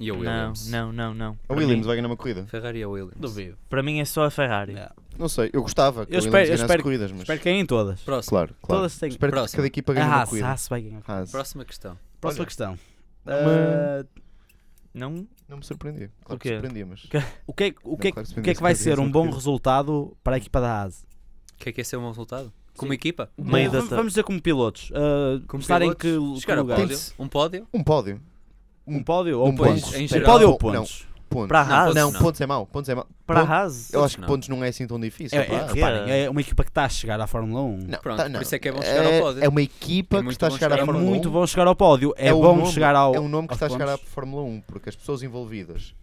Speaker 5: e a
Speaker 7: Não,
Speaker 5: Williams.
Speaker 7: não, não, não.
Speaker 3: A
Speaker 7: Para
Speaker 3: É Williams
Speaker 7: mim,
Speaker 3: vai ganhar uma corrida?
Speaker 5: Ferrari e a Williams.
Speaker 4: Duvido.
Speaker 7: para mim é só a Ferrari.
Speaker 4: É.
Speaker 3: Não sei, eu gostava que a
Speaker 4: Eu
Speaker 3: Williams
Speaker 4: espero- eu
Speaker 3: ganhasse
Speaker 4: espero-
Speaker 3: corridas, mas...
Speaker 4: Espero que ganhem todas.
Speaker 5: Próximo.
Speaker 3: Claro, claro.
Speaker 4: Todas têm.
Speaker 3: Espero que
Speaker 5: Próximo.
Speaker 3: cada equipa ganhe
Speaker 4: A
Speaker 3: uma
Speaker 4: Haas, a
Speaker 3: corrida.
Speaker 4: Haas vai ganhar.
Speaker 3: Haas.
Speaker 5: Próxima questão.
Speaker 4: Próxima
Speaker 3: Olha.
Speaker 4: questão.
Speaker 3: Uma-
Speaker 4: Ah,
Speaker 7: Não?
Speaker 3: Não me surpreendi. Claro
Speaker 7: O
Speaker 3: que
Speaker 7: quê?
Speaker 3: surpreendia, mas...
Speaker 4: o que é, que- o que, é, que-
Speaker 3: claro, se
Speaker 4: o que é que vai
Speaker 3: vendesse
Speaker 4: ser um
Speaker 3: uma
Speaker 4: bom
Speaker 3: corrida.
Speaker 4: resultado para a equipa da Haas?
Speaker 5: O que é que é ser um bom resultado? Como equipa?
Speaker 7: Meio da
Speaker 4: vamos, vamos dizer como pilotos. ah,
Speaker 5: Como
Speaker 4: começar em que,
Speaker 5: pilotos?
Speaker 4: que
Speaker 5: Chegar a
Speaker 4: lugar?
Speaker 5: pódio? Um pódio?
Speaker 3: Um pódio.
Speaker 4: Um pódio ou
Speaker 3: Um
Speaker 4: pontos?
Speaker 3: pódio.
Speaker 5: Em
Speaker 4: Um
Speaker 5: geral-
Speaker 4: pódio ou
Speaker 3: Não,
Speaker 4: pontos?
Speaker 3: Pontos.
Speaker 7: Para a
Speaker 5: Não,
Speaker 7: Haas?
Speaker 5: pode-
Speaker 3: Não,
Speaker 5: não.
Speaker 3: pontos é mau. Pontos é mau.
Speaker 7: Para a
Speaker 3: Ponto-
Speaker 7: Haas?
Speaker 3: Eu acho que
Speaker 5: Não.
Speaker 3: pontos não é assim tão difícil.
Speaker 4: É,
Speaker 3: pá.
Speaker 4: é,
Speaker 7: Haas.
Speaker 4: reparem, é uma equipa que está a chegar à Fórmula 1.
Speaker 3: Não,
Speaker 5: Pronto,
Speaker 3: tá-
Speaker 5: por
Speaker 3: não.
Speaker 5: isso é que é bom chegar ao pódio.
Speaker 3: É uma equipa
Speaker 5: É
Speaker 3: que
Speaker 5: muito
Speaker 3: está a
Speaker 5: bom
Speaker 3: chegar à
Speaker 5: chegar
Speaker 4: É
Speaker 5: ao
Speaker 3: Fórmula 1.
Speaker 4: muito bom chegar ao pódio. É,
Speaker 3: o
Speaker 4: bom
Speaker 3: nome-
Speaker 4: chegar ao.
Speaker 3: É um nome que
Speaker 4: aos
Speaker 3: está a chegar à
Speaker 4: pontos.
Speaker 3: Fórmula 1, porque as pessoas envolvidas,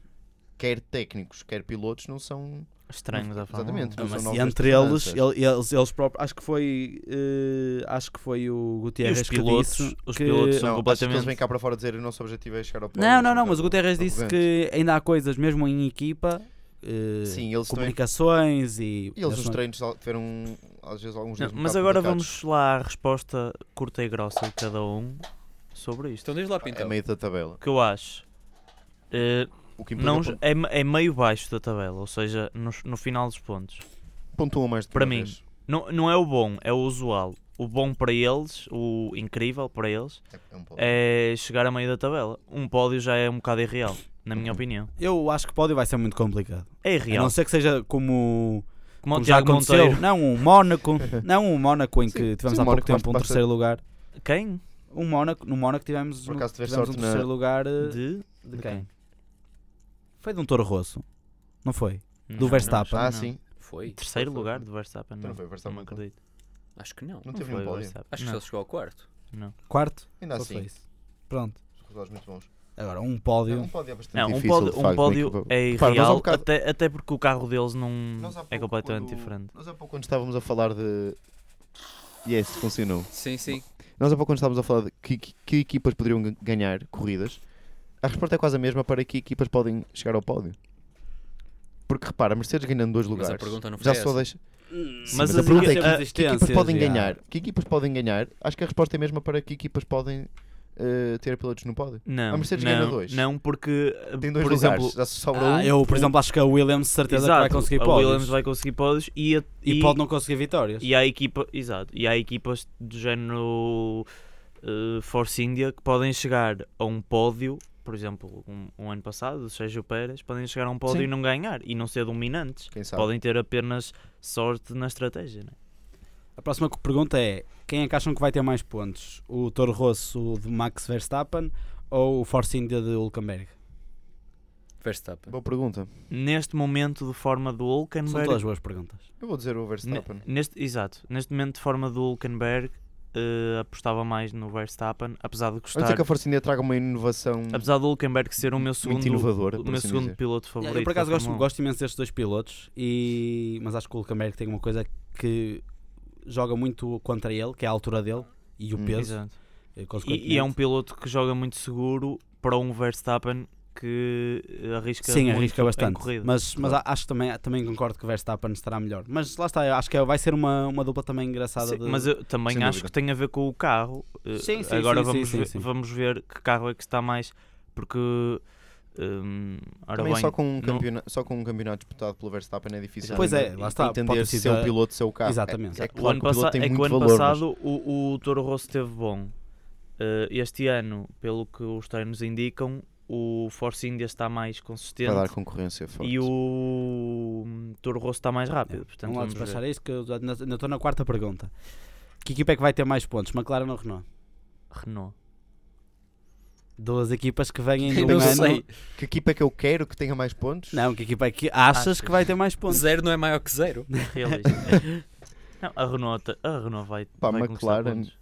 Speaker 3: quer técnicos, quer pilotos, não são...
Speaker 7: Estranhos a falar.
Speaker 3: Exatamente. não
Speaker 4: Ah, mas
Speaker 3: são
Speaker 4: e
Speaker 3: novas
Speaker 4: entre eles,
Speaker 3: esperanças.
Speaker 4: ele- eles, eles próprios, acho que foi, eh, acho que foi o
Speaker 7: E
Speaker 4: Gutierrez
Speaker 7: os pilotos,
Speaker 4: que disse
Speaker 7: os
Speaker 4: que-
Speaker 7: pilotos
Speaker 3: Não,
Speaker 7: são
Speaker 3: acho que eles
Speaker 7: completamente.
Speaker 3: vêm cá para fora dizer o nosso objetivo é chegar ao pódio.
Speaker 4: Não, não, não,
Speaker 3: são
Speaker 4: mas o Guterres disse
Speaker 3: arrogantes.
Speaker 4: que ainda há coisas, mesmo em equipa, eh,
Speaker 3: Sim, eles também...
Speaker 4: comunicações e.
Speaker 3: E eles
Speaker 4: eles
Speaker 3: os
Speaker 4: não-
Speaker 3: treinos tiveram, às vezes, alguns
Speaker 7: Não,
Speaker 3: dias um
Speaker 7: mas
Speaker 3: bocado
Speaker 7: agora
Speaker 3: complicados.
Speaker 7: vamos lá à resposta curta e grossa de cada um sobre isto.
Speaker 5: Então diz lá,
Speaker 3: É
Speaker 5: Pintão.
Speaker 3: meio da tabela.
Speaker 7: O que eu acho? Eh,
Speaker 3: O que
Speaker 7: não,
Speaker 3: importa é
Speaker 7: é, me- é meio baixo da tabela, ou seja, nos- no final dos pontos.
Speaker 3: pontuam mais de
Speaker 7: Para
Speaker 3: uma
Speaker 7: mim.
Speaker 3: vez.
Speaker 7: Não, não é o bom, é o usual. O bom para eles, o incrível para eles,
Speaker 3: É um pódio.
Speaker 7: é chegar a meio da tabela. Um pódio já é um bocado irreal, na
Speaker 3: Uhum.
Speaker 7: minha opinião.
Speaker 4: Eu acho que pódio vai ser muito complicado.
Speaker 7: É
Speaker 4: A
Speaker 7: irreal.
Speaker 4: não ser que seja como,
Speaker 7: Como o
Speaker 4: como já
Speaker 7: Tiago
Speaker 4: aconteceu.
Speaker 7: Monteiro.
Speaker 4: Não, um Mónaco. não um Mónaco em que
Speaker 3: Sim,
Speaker 4: tivemos
Speaker 3: sim,
Speaker 4: há pouco
Speaker 3: Mónaco
Speaker 4: tempo um
Speaker 3: basta-
Speaker 4: terceiro lugar.
Speaker 7: Quem?
Speaker 4: Um Mónaco, no Mónaco tivemos,
Speaker 3: Por
Speaker 4: um-
Speaker 3: acaso tiveste
Speaker 4: tivemos um
Speaker 3: sorte na-
Speaker 4: terceiro lugar. eh,
Speaker 7: De,
Speaker 4: de quem? Foi de um Toro Rosso. Não foi?
Speaker 7: Não,
Speaker 4: Do Verstappen.
Speaker 7: não,
Speaker 3: Ah,
Speaker 7: não.
Speaker 3: sim.
Speaker 5: Foi?
Speaker 7: Terceiro
Speaker 3: Foi, foi,
Speaker 7: lugar
Speaker 3: foi.
Speaker 7: do Verstappen.
Speaker 3: Então
Speaker 7: Não,
Speaker 3: não foi o Verstappen,
Speaker 7: Não
Speaker 3: então.
Speaker 7: acredito.
Speaker 5: Acho que não.
Speaker 3: Não
Speaker 7: Não
Speaker 3: teve
Speaker 7: foi
Speaker 3: nenhum
Speaker 7: o
Speaker 3: pódio.
Speaker 7: Verstappen.
Speaker 5: Acho que
Speaker 7: Não.
Speaker 5: só chegou ao quarto.
Speaker 4: Quarto?
Speaker 3: Ainda
Speaker 4: Só
Speaker 3: assim,
Speaker 4: foi isso. Pronto.
Speaker 3: resultados muito bons.
Speaker 4: Agora, um pódio.
Speaker 3: Um pódio é bastante
Speaker 7: Não, um
Speaker 3: difícil,
Speaker 7: pódio,
Speaker 3: de
Speaker 7: um
Speaker 3: facto,
Speaker 7: pódio
Speaker 3: Nico.
Speaker 7: é
Speaker 3: Repara, nós há um
Speaker 7: irreal,
Speaker 3: bocado-
Speaker 7: até, até porque o carro deles não
Speaker 3: Nós há
Speaker 7: é
Speaker 3: pouco,
Speaker 7: completamente
Speaker 3: quando-
Speaker 7: diferente.
Speaker 3: Nós há pouco quando estávamos a falar de. Yes, funcionou.
Speaker 5: Sim, sim.
Speaker 3: Nós há pouco quando estávamos a falar de que, que- que equipas poderiam gan- ganhar corridas, a resposta é quase a mesma para que equipas podem chegar ao pódio. Porque repara, a Mercedes ganhando dois
Speaker 5: Mas
Speaker 3: lugares.
Speaker 5: a pergunta não foi
Speaker 3: já
Speaker 5: essa.
Speaker 3: só deixa.
Speaker 4: Hum.
Speaker 3: Sim,
Speaker 7: Mas
Speaker 3: mas, a
Speaker 7: as
Speaker 3: pergunta é
Speaker 7: equipas-
Speaker 3: que, que equipas
Speaker 4: existências,
Speaker 3: podem
Speaker 4: já.
Speaker 3: ganhar? Que equipas podem ganhar? Acho que a resposta é a mesma para que equipas podem eh, ter pilotos no pódio.
Speaker 7: Não,
Speaker 3: A Mercedes
Speaker 7: não,
Speaker 3: ganha dois.
Speaker 7: Não, porque
Speaker 3: Tem dois
Speaker 7: por
Speaker 3: lugares,
Speaker 7: exemplo,
Speaker 3: já se sobra
Speaker 4: Ah,
Speaker 3: um.
Speaker 4: eu, por exemplo, acho que a Williams de certeza que vai
Speaker 7: exato,
Speaker 4: conseguir
Speaker 7: a
Speaker 4: pódios.
Speaker 7: Williams vai conseguir pódios e, a-
Speaker 4: E, pode não conseguir vitórias.
Speaker 7: e há equipa, exato, e há equipas do género eh, Force India que podem chegar a um pódio, por exemplo, um, um ano passado, o Sérgio Pérez, podem chegar a um pódio
Speaker 3: Sim.
Speaker 7: e não ganhar e não ser dominantes.
Speaker 3: Quem sabe?
Speaker 7: Podem ter apenas sorte na estratégia, né?
Speaker 4: A próxima co- pergunta é: quem é que acham que vai ter mais pontos? O Toro Rosso de Max Verstappen ou o Force India de Hulkenberg?
Speaker 5: Verstappen.
Speaker 3: Boa pergunta.
Speaker 7: Neste momento, de forma do
Speaker 4: São
Speaker 7: Hulkenberg,
Speaker 4: todas boas perguntas.
Speaker 3: Eu vou dizer o
Speaker 7: Ne-
Speaker 3: Verstappen.
Speaker 7: Neste, exato, neste momento de forma do Hulkenberg eh, apostava mais no Verstappen, apesar de
Speaker 3: A não ser
Speaker 7: gostar,
Speaker 3: que a Force India traga uma inovação
Speaker 7: apesar do Hulkenberg ser o meu segundo,
Speaker 3: muito inovadora.
Speaker 7: o
Speaker 3: por
Speaker 7: meu
Speaker 3: assim
Speaker 7: segundo
Speaker 3: dizer.
Speaker 7: piloto favorito.
Speaker 4: eu por acaso
Speaker 7: da
Speaker 4: gosto,
Speaker 7: Fórmula
Speaker 4: gosto imenso destes dois pilotos, e... mas acho que o Hulkenberg tem uma coisa que joga muito contra ele, que é a altura dele e o
Speaker 3: Hum.
Speaker 7: 1.
Speaker 4: peso.
Speaker 7: Exato.
Speaker 4: E,
Speaker 7: E, e é um piloto que joga muito seguro para um Verstappen que eh, arrisca
Speaker 4: Sim,
Speaker 7: muito
Speaker 4: arrisca
Speaker 7: em
Speaker 4: bastante.
Speaker 7: corrida.
Speaker 4: Mas, mas a- acho que também, também concordo que o Verstappen estará melhor. Mas lá está, eu acho que é- vai ser uma, uma dupla também engraçada.
Speaker 7: Sim,
Speaker 4: de-
Speaker 7: mas eu também
Speaker 3: Sem
Speaker 7: acho
Speaker 3: dúvida.
Speaker 7: que tem a ver com o carro. Eh,
Speaker 4: Sim, sim,
Speaker 7: Agora
Speaker 4: sim, sim,
Speaker 7: vamos,
Speaker 4: sim,
Speaker 7: ver,
Speaker 4: sim.
Speaker 7: vamos ver que carro é que está mais. Porque. hum, ora
Speaker 3: Também
Speaker 7: bem,
Speaker 3: só, com um
Speaker 7: não-
Speaker 3: campeona- só com um campeonato disputado pelo Verstappen é difícil
Speaker 4: Pois é,
Speaker 3: ainda
Speaker 4: lá está,
Speaker 3: entender
Speaker 4: pode
Speaker 3: se
Speaker 4: ter sido
Speaker 3: é o
Speaker 4: a-
Speaker 3: piloto, se é o carro.
Speaker 4: Exatamente.
Speaker 3: É, é
Speaker 7: o
Speaker 3: claro
Speaker 7: ano
Speaker 3: que o piloto
Speaker 7: passado,
Speaker 3: tem
Speaker 7: é que o
Speaker 3: muito
Speaker 7: ano
Speaker 3: valor. mas-
Speaker 7: passado o, o Toro Rosso teve bom. Eh, este ano, pelo que os treinos indicam, o Force India está mais consistente
Speaker 3: Vai dar concorrência forte.
Speaker 7: e o hum, Toro Rosso está mais rápido. Portanto,
Speaker 4: vamos lá
Speaker 7: vamos
Speaker 4: despachar
Speaker 7: ver.
Speaker 4: isto, que eu já- ainda ainda estou na quarta pergunta. Que equipa é que vai ter mais pontos, McLaren ou Renault?
Speaker 7: Renault.
Speaker 4: Duas equipas que vêm de
Speaker 5: Eu
Speaker 4: um
Speaker 5: não
Speaker 4: ano.
Speaker 5: sei.
Speaker 3: Que equipa é que eu quero que tenha mais pontos?
Speaker 4: Não, que equipa é que achas
Speaker 7: Achas.
Speaker 4: que vai ter mais pontos?
Speaker 5: Zero não é maior que zero.
Speaker 7: Realista. Não, a Renault, ta- a Renault vai.
Speaker 3: Pá,
Speaker 7: vai conquistar
Speaker 3: McLaren,
Speaker 7: pontos.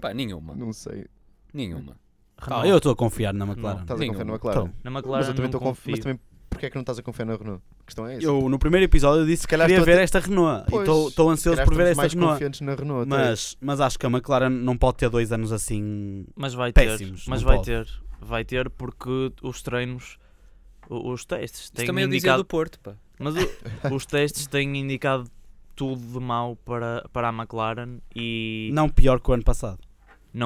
Speaker 5: Pá, nenhuma.
Speaker 3: Não sei.
Speaker 5: Nenhuma.
Speaker 4: Ah,
Speaker 7: Renault.
Speaker 4: eu estou a confiar na McLaren.
Speaker 3: Estás a
Speaker 5: Nenhuma.
Speaker 3: confiar no McLaren?
Speaker 4: então,
Speaker 7: Na
Speaker 3: mas
Speaker 7: McLaren
Speaker 3: eu também
Speaker 7: não
Speaker 3: estou a conf-
Speaker 7: confio.
Speaker 3: Mas também, porquê é que não estás a confiar na Renault? A questão é essa.
Speaker 4: Eu, no primeiro episódio, eu disse
Speaker 3: Se
Speaker 4: que
Speaker 3: calhar
Speaker 4: queria
Speaker 3: estou-
Speaker 4: ver esta Renault.
Speaker 3: Pois,
Speaker 4: e estou- estou
Speaker 3: se calhar
Speaker 4: ansioso por ver
Speaker 3: estamos
Speaker 4: esta
Speaker 3: mais
Speaker 4: Renault.
Speaker 3: confiantes na Renault. até.
Speaker 4: Mas, mas acho que a McLaren não pode ter dois anos assim.
Speaker 7: Mas vai
Speaker 4: Péssimos,
Speaker 7: ter, mas
Speaker 4: não
Speaker 7: vai
Speaker 4: pode.
Speaker 7: ter, vai ter porque os treinos, o- os testes
Speaker 5: Isto
Speaker 7: têm
Speaker 5: também eu dizia
Speaker 7: indicado,
Speaker 5: do Porto, pá.
Speaker 7: mas o- os testes têm indicado tudo de mau para, para a McLaren e não,
Speaker 4: Não pior que o ano passado.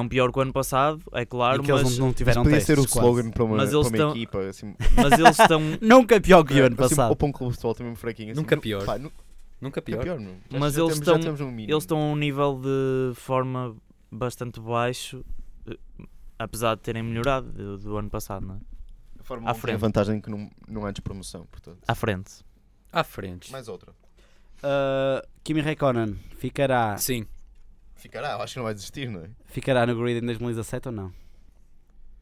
Speaker 7: pior que o ano passado, é claro,
Speaker 4: e que
Speaker 7: mas,
Speaker 4: eles não, não
Speaker 3: Mas
Speaker 4: tiveram
Speaker 3: podia
Speaker 4: testes,
Speaker 3: ser o
Speaker 4: quase.
Speaker 3: slogan para uma,
Speaker 7: Mas
Speaker 3: para
Speaker 7: eles
Speaker 3: uma
Speaker 7: estão-
Speaker 3: equipa. Assim,
Speaker 7: mas eles estão,
Speaker 4: Nunca pior que o ano
Speaker 3: assim,
Speaker 4: passado.
Speaker 3: ou para um clube de futebol também fraquinho. assim,
Speaker 5: Nunca
Speaker 3: nu-
Speaker 5: pior.
Speaker 3: pá, nu-
Speaker 5: Nunca
Speaker 3: É Pior.
Speaker 5: pior.
Speaker 3: meu. Já-
Speaker 7: Mas
Speaker 3: já
Speaker 7: eles
Speaker 3: temos- já
Speaker 7: estão-
Speaker 3: temos um mínimo.
Speaker 7: eles estão a um nível de forma bastante baixo, eh, apesar de terem melhorado do, do ano passado, não é?
Speaker 3: A Fórmula 1
Speaker 7: à
Speaker 3: tem a
Speaker 7: frente.
Speaker 3: vantagem que não, não antes promoção, portanto.
Speaker 7: à frente.
Speaker 5: À frente.
Speaker 3: Mais outra.
Speaker 4: Uh, Kimi Raikkonen ficará,
Speaker 5: Ah. Sim.
Speaker 3: Ficará, acho que não vai desistir, não é?
Speaker 4: ficará no grid em 2017 ou não?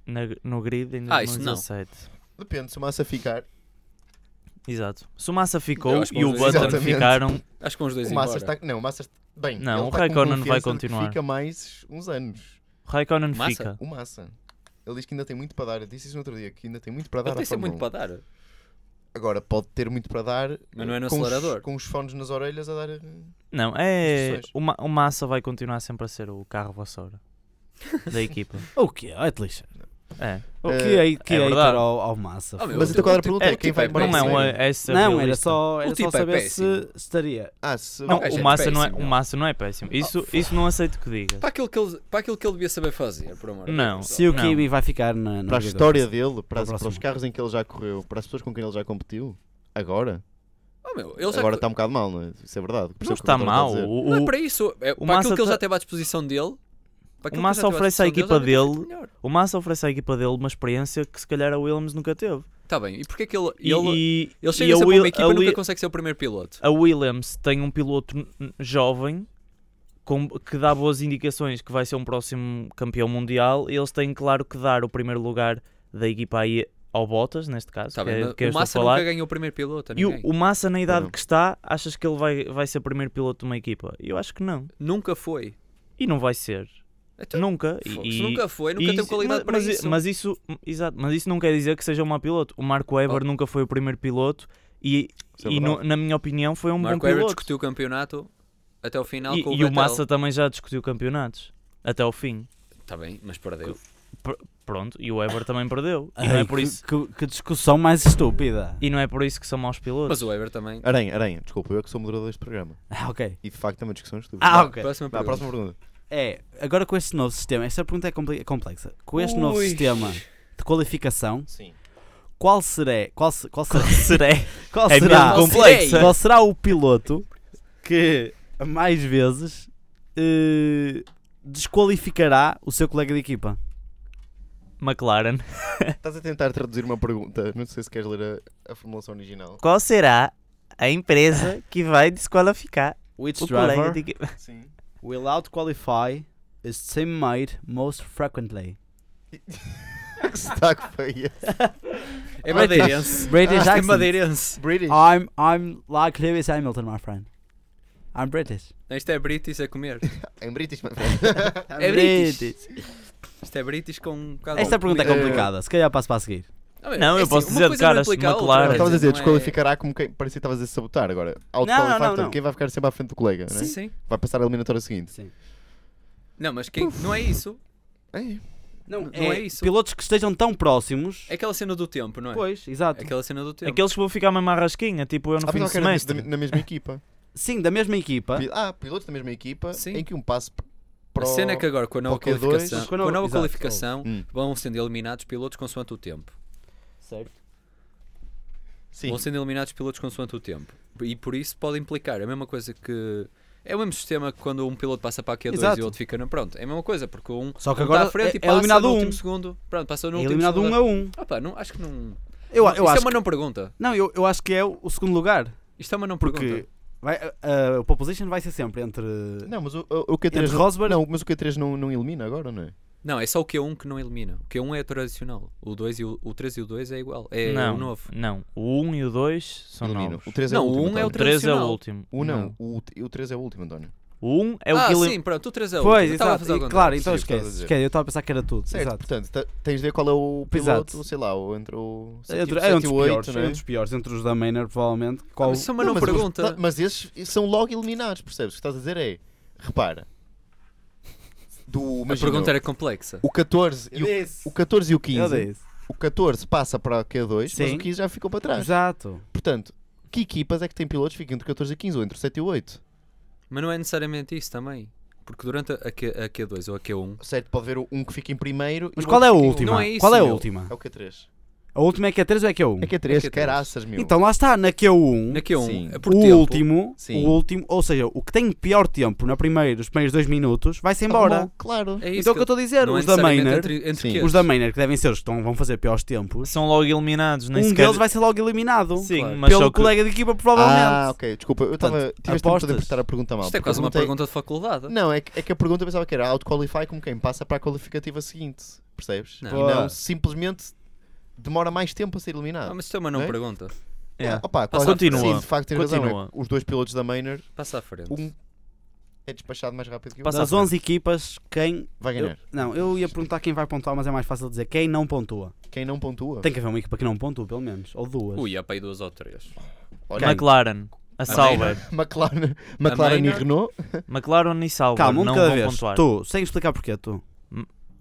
Speaker 7: Na- no grid em
Speaker 5: Ah, isso não.
Speaker 7: 2017.
Speaker 3: Depende, se o Massa ficar,
Speaker 7: Exato. Se o Massa
Speaker 5: Eu
Speaker 7: ficou
Speaker 5: acho que
Speaker 7: e o
Speaker 5: vamos
Speaker 7: Button
Speaker 5: dizer
Speaker 3: exatamente.
Speaker 7: ficaram,
Speaker 5: Acho que com os dois
Speaker 3: o Massa
Speaker 5: embora.
Speaker 3: está. Não, o Massa. Bem,
Speaker 7: Não,
Speaker 3: ele
Speaker 7: o
Speaker 3: está com
Speaker 7: Raikkonen vai
Speaker 3: confiança de que
Speaker 7: continuar.
Speaker 3: Fica mais uns anos.
Speaker 7: Raikkonen
Speaker 5: Massa?
Speaker 7: fica.
Speaker 3: O Massa. Ele diz que ainda tem muito para dar. Eu disse isso no outro dia, que ainda tem muito para
Speaker 5: Ele
Speaker 3: dar à
Speaker 5: tem sempre
Speaker 3: Fórmula
Speaker 5: muito
Speaker 3: 1.
Speaker 5: para dar.
Speaker 3: Agora, pode ter muito para dar.
Speaker 5: Mas não é no
Speaker 3: com os-
Speaker 5: acelerador.
Speaker 3: com os fones nas orelhas a dar. eh,
Speaker 7: Não, é.
Speaker 3: Instruções.
Speaker 7: O, Ma- o Massa vai continuar sempre a ser o carro vassoura da equipa.
Speaker 4: O que? Olha, te lixa.
Speaker 7: É.
Speaker 4: O
Speaker 3: Eh,
Speaker 4: que aí que
Speaker 7: é
Speaker 4: aí
Speaker 7: verdade.
Speaker 4: ao, ao Massa?
Speaker 5: Oh, meu,
Speaker 3: Mas
Speaker 5: o
Speaker 3: então qual era a
Speaker 5: tipo-
Speaker 3: pergunta?
Speaker 5: o
Speaker 3: Quem
Speaker 5: tipo
Speaker 3: vai
Speaker 5: é
Speaker 3: embora?
Speaker 7: Não é
Speaker 5: péssimo.
Speaker 7: um, é essa
Speaker 4: não, era
Speaker 7: realista.
Speaker 4: só,
Speaker 5: O
Speaker 4: era
Speaker 5: tipo
Speaker 4: só
Speaker 5: é
Speaker 4: saber se
Speaker 5: péssimo.
Speaker 4: estaria.
Speaker 3: Ah, se.
Speaker 7: Não,
Speaker 5: gajo
Speaker 7: o
Speaker 5: é
Speaker 7: Massa não é,
Speaker 5: péssimo,
Speaker 7: o
Speaker 5: não.
Speaker 7: Massa não é péssimo. Isso,
Speaker 5: Oh,
Speaker 7: isso não aceito que digas.
Speaker 5: Para aquilo, que ele, para aquilo que ele devia saber fazer, por amor de
Speaker 7: Não.
Speaker 5: Deus.
Speaker 4: Se o
Speaker 7: Não.
Speaker 4: Kimi vai ficar na, na
Speaker 3: Para a
Speaker 4: grid.
Speaker 3: história dele, para,
Speaker 4: Para o
Speaker 3: as- para os
Speaker 4: próximo.
Speaker 3: carros em que ele já correu, para as pessoas com quem ele já competiu, agora.
Speaker 5: Oh, meu, ele já
Speaker 3: Agora está um bocado mal, não é? Isso é verdade.
Speaker 7: Não está mal. O,
Speaker 5: Não é
Speaker 7: o,
Speaker 5: para isso. É para
Speaker 7: Massa
Speaker 5: aquilo que ele
Speaker 7: tá-
Speaker 5: já teve à disposição dele. para aquilo que ele
Speaker 7: Massa
Speaker 5: já teve à
Speaker 7: oferece à
Speaker 5: disposição
Speaker 7: equipa
Speaker 5: ele
Speaker 7: dele-
Speaker 5: já deve ter feito é melhor.
Speaker 7: o Massa oferece à equipa dele uma experiência que se calhar a Williams nunca teve.
Speaker 5: Está Tá bem. E porquê que ele.
Speaker 7: E,
Speaker 5: ele,
Speaker 7: e-
Speaker 5: ele
Speaker 7: e
Speaker 5: chega a ser
Speaker 7: Wil-
Speaker 5: uma equipa e nunca
Speaker 7: Wi-
Speaker 5: consegue ser o primeiro piloto.
Speaker 7: a Williams tem um piloto n- jovem com- que dá boas indicações que vai ser um próximo campeão mundial. Eles têm, claro, que dar o primeiro lugar da equipa aí ao Bottas, neste caso,
Speaker 5: Está
Speaker 7: que,
Speaker 5: Tá bem.
Speaker 7: é-
Speaker 5: mas
Speaker 7: que eu
Speaker 5: o
Speaker 7: estou a
Speaker 5: Massa
Speaker 7: falar.
Speaker 5: nunca ganhou o primeiro piloto. a
Speaker 7: E o,
Speaker 5: ninguém.
Speaker 7: o Massa, na idade
Speaker 3: Perdão.
Speaker 7: que está, achas que ele vai, vai ser primeiro piloto de uma equipa? Eu acho que não.
Speaker 5: Nunca foi.
Speaker 7: E não vai ser.
Speaker 5: Então,
Speaker 7: nunca.
Speaker 5: fogo,
Speaker 7: e-
Speaker 5: se
Speaker 7: e-
Speaker 5: nunca foi,
Speaker 7: e
Speaker 5: nunca teve
Speaker 7: isso-
Speaker 5: qualidade
Speaker 7: mas,
Speaker 5: para
Speaker 7: mas i-
Speaker 5: isso.
Speaker 7: Mas isso, exato, mas isso não quer dizer que seja um mau piloto. O
Speaker 5: Oh.
Speaker 7: Marco Webber nunca foi o primeiro piloto e,
Speaker 3: Isso é
Speaker 7: e no-
Speaker 3: verdade.
Speaker 7: na minha opinião, foi um
Speaker 5: Marco
Speaker 7: bom
Speaker 5: Webber
Speaker 7: piloto.
Speaker 5: discutiu o campeonato até o final
Speaker 7: E,
Speaker 5: com o
Speaker 7: e o
Speaker 5: Vettel.
Speaker 7: Massa também já discutiu campeonatos até ao fim.
Speaker 5: Está Tá bem, mas perdeu.
Speaker 7: Pronto, e o Weber também perdeu. E
Speaker 4: Ai,
Speaker 7: não é por
Speaker 4: que,
Speaker 7: isso,
Speaker 4: que- que discussão mais estúpida.
Speaker 7: e não é por isso que são maus pilotos.
Speaker 5: Mas o Weber também.
Speaker 3: Aranha, aranha, desculpa, eu é que sou moderador deste programa.
Speaker 4: Ah, ok.
Speaker 3: E de facto é uma discussão estúpida.
Speaker 4: Ah,
Speaker 5: Vá,
Speaker 4: ok.
Speaker 5: Próxima
Speaker 3: Vá,
Speaker 5: pergunta.
Speaker 3: próxima pergunta.
Speaker 4: É, agora com este novo sistema, esta pergunta é compli- complexa. Com este novo
Speaker 5: Ui.
Speaker 4: sistema de qualificação,
Speaker 3: Sim.
Speaker 4: qual será, qual, se- qual será,
Speaker 7: Seré.
Speaker 4: qual
Speaker 7: É
Speaker 4: será,
Speaker 7: mesmo complexa.
Speaker 4: qual será o piloto que mais vezes eh, desqualificará o seu colega de equipa?
Speaker 7: McLaren.
Speaker 3: Estás a tentar traduzir uma pergunta. Não sei se queres ler a, a formulação original.
Speaker 7: Qual será a empresa que vai desqualificar
Speaker 4: Which
Speaker 7: o colega
Speaker 4: driver
Speaker 7: de equipa?
Speaker 3: Sim.
Speaker 4: will outqualify his teammate most frequently?
Speaker 3: que sotaque foi esse?
Speaker 5: É madeirense.
Speaker 4: British
Speaker 5: É
Speaker 4: accent.
Speaker 5: madeirense.
Speaker 3: British.
Speaker 4: I'm I'm like Lewis Hamilton, my friend. I'm British.
Speaker 5: Isto é British a comer.
Speaker 3: Em British, mas...
Speaker 4: I'm
Speaker 5: É British. Isto é British com um bocado-
Speaker 4: Esta pergunta é
Speaker 3: Eh,
Speaker 4: complicada, se calhar passo para a seguir.
Speaker 5: bem,
Speaker 7: Não, eu
Speaker 5: assim,
Speaker 7: posso
Speaker 5: uma
Speaker 7: dizer de
Speaker 5: coisa não
Speaker 7: caras,
Speaker 5: implica a outra,
Speaker 7: McLaren.
Speaker 5: quer
Speaker 3: Estavas a dizer,
Speaker 5: não é-
Speaker 3: desqualificará como quem. Parecia que estavas a sabotar agora. Autoqualificar,
Speaker 4: não,
Speaker 3: portanto,
Speaker 4: não.
Speaker 3: quem vai ficar sempre à frente do colega, né?
Speaker 5: Sim, sim.
Speaker 3: Vai passar a eliminatória seguinte.
Speaker 5: Não, mas quem... não é isso.
Speaker 3: É.
Speaker 4: Não,
Speaker 5: Não é isso.
Speaker 4: Pilotos que estejam tão próximos.
Speaker 5: É aquela cena do tempo, não é?
Speaker 4: Pois, exato.
Speaker 5: Aquela cena do tempo.
Speaker 7: Aqueles que vão ficar mesmo à rasquinha, tipo eu no
Speaker 3: Ah,
Speaker 7: fim
Speaker 3: pensava
Speaker 7: do
Speaker 3: que era da-
Speaker 7: semestre.
Speaker 3: na mesma equipa.
Speaker 4: Sim, da mesma equipa.
Speaker 3: Pi- Ah, pilotos da mesma equipa
Speaker 5: Sim.
Speaker 3: em que um passo p-
Speaker 5: A
Speaker 3: para o-
Speaker 5: cena é que agora, com a nova
Speaker 3: para o Q2,
Speaker 5: qualificação,
Speaker 4: mas com
Speaker 5: com a
Speaker 4: a
Speaker 5: nova
Speaker 4: nova- oh,
Speaker 5: qualificação
Speaker 3: Hum.
Speaker 5: vão sendo eliminados pilotos consoante o tempo.
Speaker 4: Certo.
Speaker 3: Sim.
Speaker 5: Vão sendo eliminados pilotos consoante o tempo. E por isso pode implicar é a mesma coisa que. É o mesmo sistema que quando um piloto passa para a Q2
Speaker 4: Exato.
Speaker 5: e o outro fica na. Pronto, é a mesma coisa, porque um.
Speaker 4: Só que
Speaker 5: um
Speaker 4: agora
Speaker 5: está à frente
Speaker 4: é-
Speaker 5: e
Speaker 4: é
Speaker 5: passa
Speaker 4: eliminado
Speaker 5: no
Speaker 4: um.
Speaker 5: último segundo. Pronto, passou no
Speaker 4: É
Speaker 5: último
Speaker 4: eliminado um
Speaker 5: segundo.
Speaker 4: a um.
Speaker 5: Opa, não, acho que não.
Speaker 4: Eu,
Speaker 5: Isto
Speaker 4: eu
Speaker 5: é
Speaker 4: acho.
Speaker 5: uma
Speaker 4: que-
Speaker 5: não pergunta.
Speaker 4: Não, eu, eu acho que é o o segundo lugar.
Speaker 5: Isto é uma não
Speaker 4: Porque
Speaker 5: pergunta.
Speaker 4: vai, a- a- o pole position vai ser sempre entre.
Speaker 3: Não, mas o, o, o Q3
Speaker 4: Entre
Speaker 3: não-
Speaker 4: Rosberg-
Speaker 3: não, mas o Q3 não, não elimina agora, não é?
Speaker 5: Não, é só o Q1 que não elimina. O Q1 é tradicional. O 2 e o, o 3 e o 2 é igual. É
Speaker 7: não,
Speaker 5: o novo.
Speaker 7: não. O 1 e o 2 são
Speaker 3: Elimina.
Speaker 7: novos.
Speaker 3: O 3 é o
Speaker 5: Não, o
Speaker 3: último.
Speaker 5: um é o
Speaker 3: António.
Speaker 4: então.
Speaker 7: O 3 é o
Speaker 5: Tradicional.
Speaker 7: último.
Speaker 3: O não, o, t- o 3 é o último, António.
Speaker 7: O 1 é o
Speaker 5: ah,
Speaker 7: que ele-
Speaker 5: sim, pronto, o 3 é o
Speaker 4: Pois,
Speaker 5: último. Eu estava a
Speaker 4: exato.
Speaker 5: fazer ao
Speaker 4: E,
Speaker 5: contrário.
Speaker 4: claro, então
Speaker 3: Sim, o que
Speaker 4: esquece.
Speaker 3: estás a dizer.
Speaker 4: esquece. Eu estava a pensar que era tudo.
Speaker 3: Certo,
Speaker 4: Exato.
Speaker 3: portanto, ta- tens de ver qual é o piloto,
Speaker 4: Exato.
Speaker 3: sei lá, o- entre o
Speaker 4: É,
Speaker 3: sete-
Speaker 4: entre-
Speaker 3: o
Speaker 4: é um
Speaker 3: sete e
Speaker 4: dos
Speaker 3: o oito,
Speaker 4: piores,
Speaker 3: não
Speaker 4: é um dos piores, entre os da Mainer, provavelmente. Qual...
Speaker 5: Mas isso é uma não,
Speaker 3: mas os-
Speaker 5: pergunta.
Speaker 3: não, mas esses são logo eliminados, percebes? O que estás a dizer é, repara, do,
Speaker 5: A
Speaker 3: imagina,
Speaker 5: pergunta era complexa.
Speaker 3: o 14 e o, o 14 e o
Speaker 4: Eu
Speaker 3: 15,
Speaker 4: disse.
Speaker 3: o 14 passa para o Q2, mas
Speaker 4: Sim.
Speaker 3: o 15 já ficou para trás.
Speaker 4: Exato.
Speaker 3: Portanto, que equipas é que têm pilotos que ficam entre o 14 e 15 ou entre o 7 e o 8?
Speaker 5: Mas não é necessariamente isso também. Porque durante a, Q, a Q2 ou a Q1.
Speaker 3: Certo, pode haver um que fica em primeiro.
Speaker 4: Mas qual é a
Speaker 5: Não
Speaker 4: última?
Speaker 5: é isso,
Speaker 4: Qual é a
Speaker 5: meu.
Speaker 4: última?
Speaker 3: É o Q3.
Speaker 4: A última é que é 3 ou é que é 1?
Speaker 3: É Q3,
Speaker 5: É Q3.
Speaker 3: caraças, meu.
Speaker 4: Então lá está, na Q1,
Speaker 5: Na Q1,
Speaker 3: Sim.
Speaker 5: por
Speaker 4: o
Speaker 5: tempo,
Speaker 4: último,
Speaker 3: Sim.
Speaker 4: o último, ou seja, o que tem pior tempo na primeira, nos primeiros dois minutos, vai-se
Speaker 3: Tá
Speaker 4: embora.
Speaker 3: bom, claro.
Speaker 5: Ah, É isso
Speaker 4: então o que eu estou a dizer,
Speaker 5: não é
Speaker 4: os da
Speaker 5: necessariamente
Speaker 4: Mainer,
Speaker 5: entre- entre
Speaker 3: Sim.
Speaker 5: que
Speaker 4: os da Mainer, que devem ser os que estão- vão fazer piores tempos,
Speaker 7: São logo eliminados, nem
Speaker 4: um
Speaker 7: sequer.
Speaker 4: deles vai ser logo eliminado.
Speaker 7: Sim,
Speaker 5: Claro.
Speaker 7: mas só
Speaker 4: Pelo
Speaker 7: que...
Speaker 4: colega de equipa,
Speaker 3: Ah,
Speaker 4: provavelmente.
Speaker 3: ok, desculpa. Eu estava. Tiveste tempo de
Speaker 4: apostas?
Speaker 3: interpretar a pergunta mal.
Speaker 5: Isto é
Speaker 3: porque
Speaker 5: quase
Speaker 3: eu
Speaker 5: uma
Speaker 3: perguntei-
Speaker 5: pergunta de faculdade.
Speaker 3: Não, é que, é que a pergunta eu pensava que era auto-qualify como quem passa para a qualificativa seguinte. Percebes?
Speaker 5: Não.
Speaker 3: E não,
Speaker 4: Boa.
Speaker 3: simplesmente demora mais tempo a ser
Speaker 5: Ah,
Speaker 3: eliminado.
Speaker 5: mas isto é uma não
Speaker 3: Não é?
Speaker 5: pergunta.
Speaker 4: Yeah.
Speaker 3: Opa,
Speaker 5: Passa
Speaker 3: qual-
Speaker 5: à frente.
Speaker 3: Sim, de facto, tens razão,
Speaker 7: Continua.
Speaker 3: é que Os dois pilotos da Mainer,
Speaker 5: Passa à frente.
Speaker 3: um é despachado mais rápido que o
Speaker 7: Passa
Speaker 3: outro.
Speaker 4: Das 11 equipas, quem...
Speaker 3: Vai
Speaker 4: eu-
Speaker 3: ganhar.
Speaker 4: não, eu ia perguntar quem vai pontuar, mas é mais fácil dizer quem não pontua.
Speaker 3: Quem não pontua.
Speaker 4: Tem que haver uma equipa que não pontua, pelo menos, ou duas.
Speaker 5: Ui, há para aí duas ou três.
Speaker 3: Olha,
Speaker 7: McLaren, a Sauber,
Speaker 3: McLaren, McLaren e
Speaker 5: Maynard.
Speaker 3: Renault.
Speaker 7: McLaren e Sauber
Speaker 4: Calma, um de
Speaker 7: é não
Speaker 4: cada
Speaker 7: vão
Speaker 4: vez.
Speaker 7: pontuar.
Speaker 4: Tu, sem explicar porquê, tu,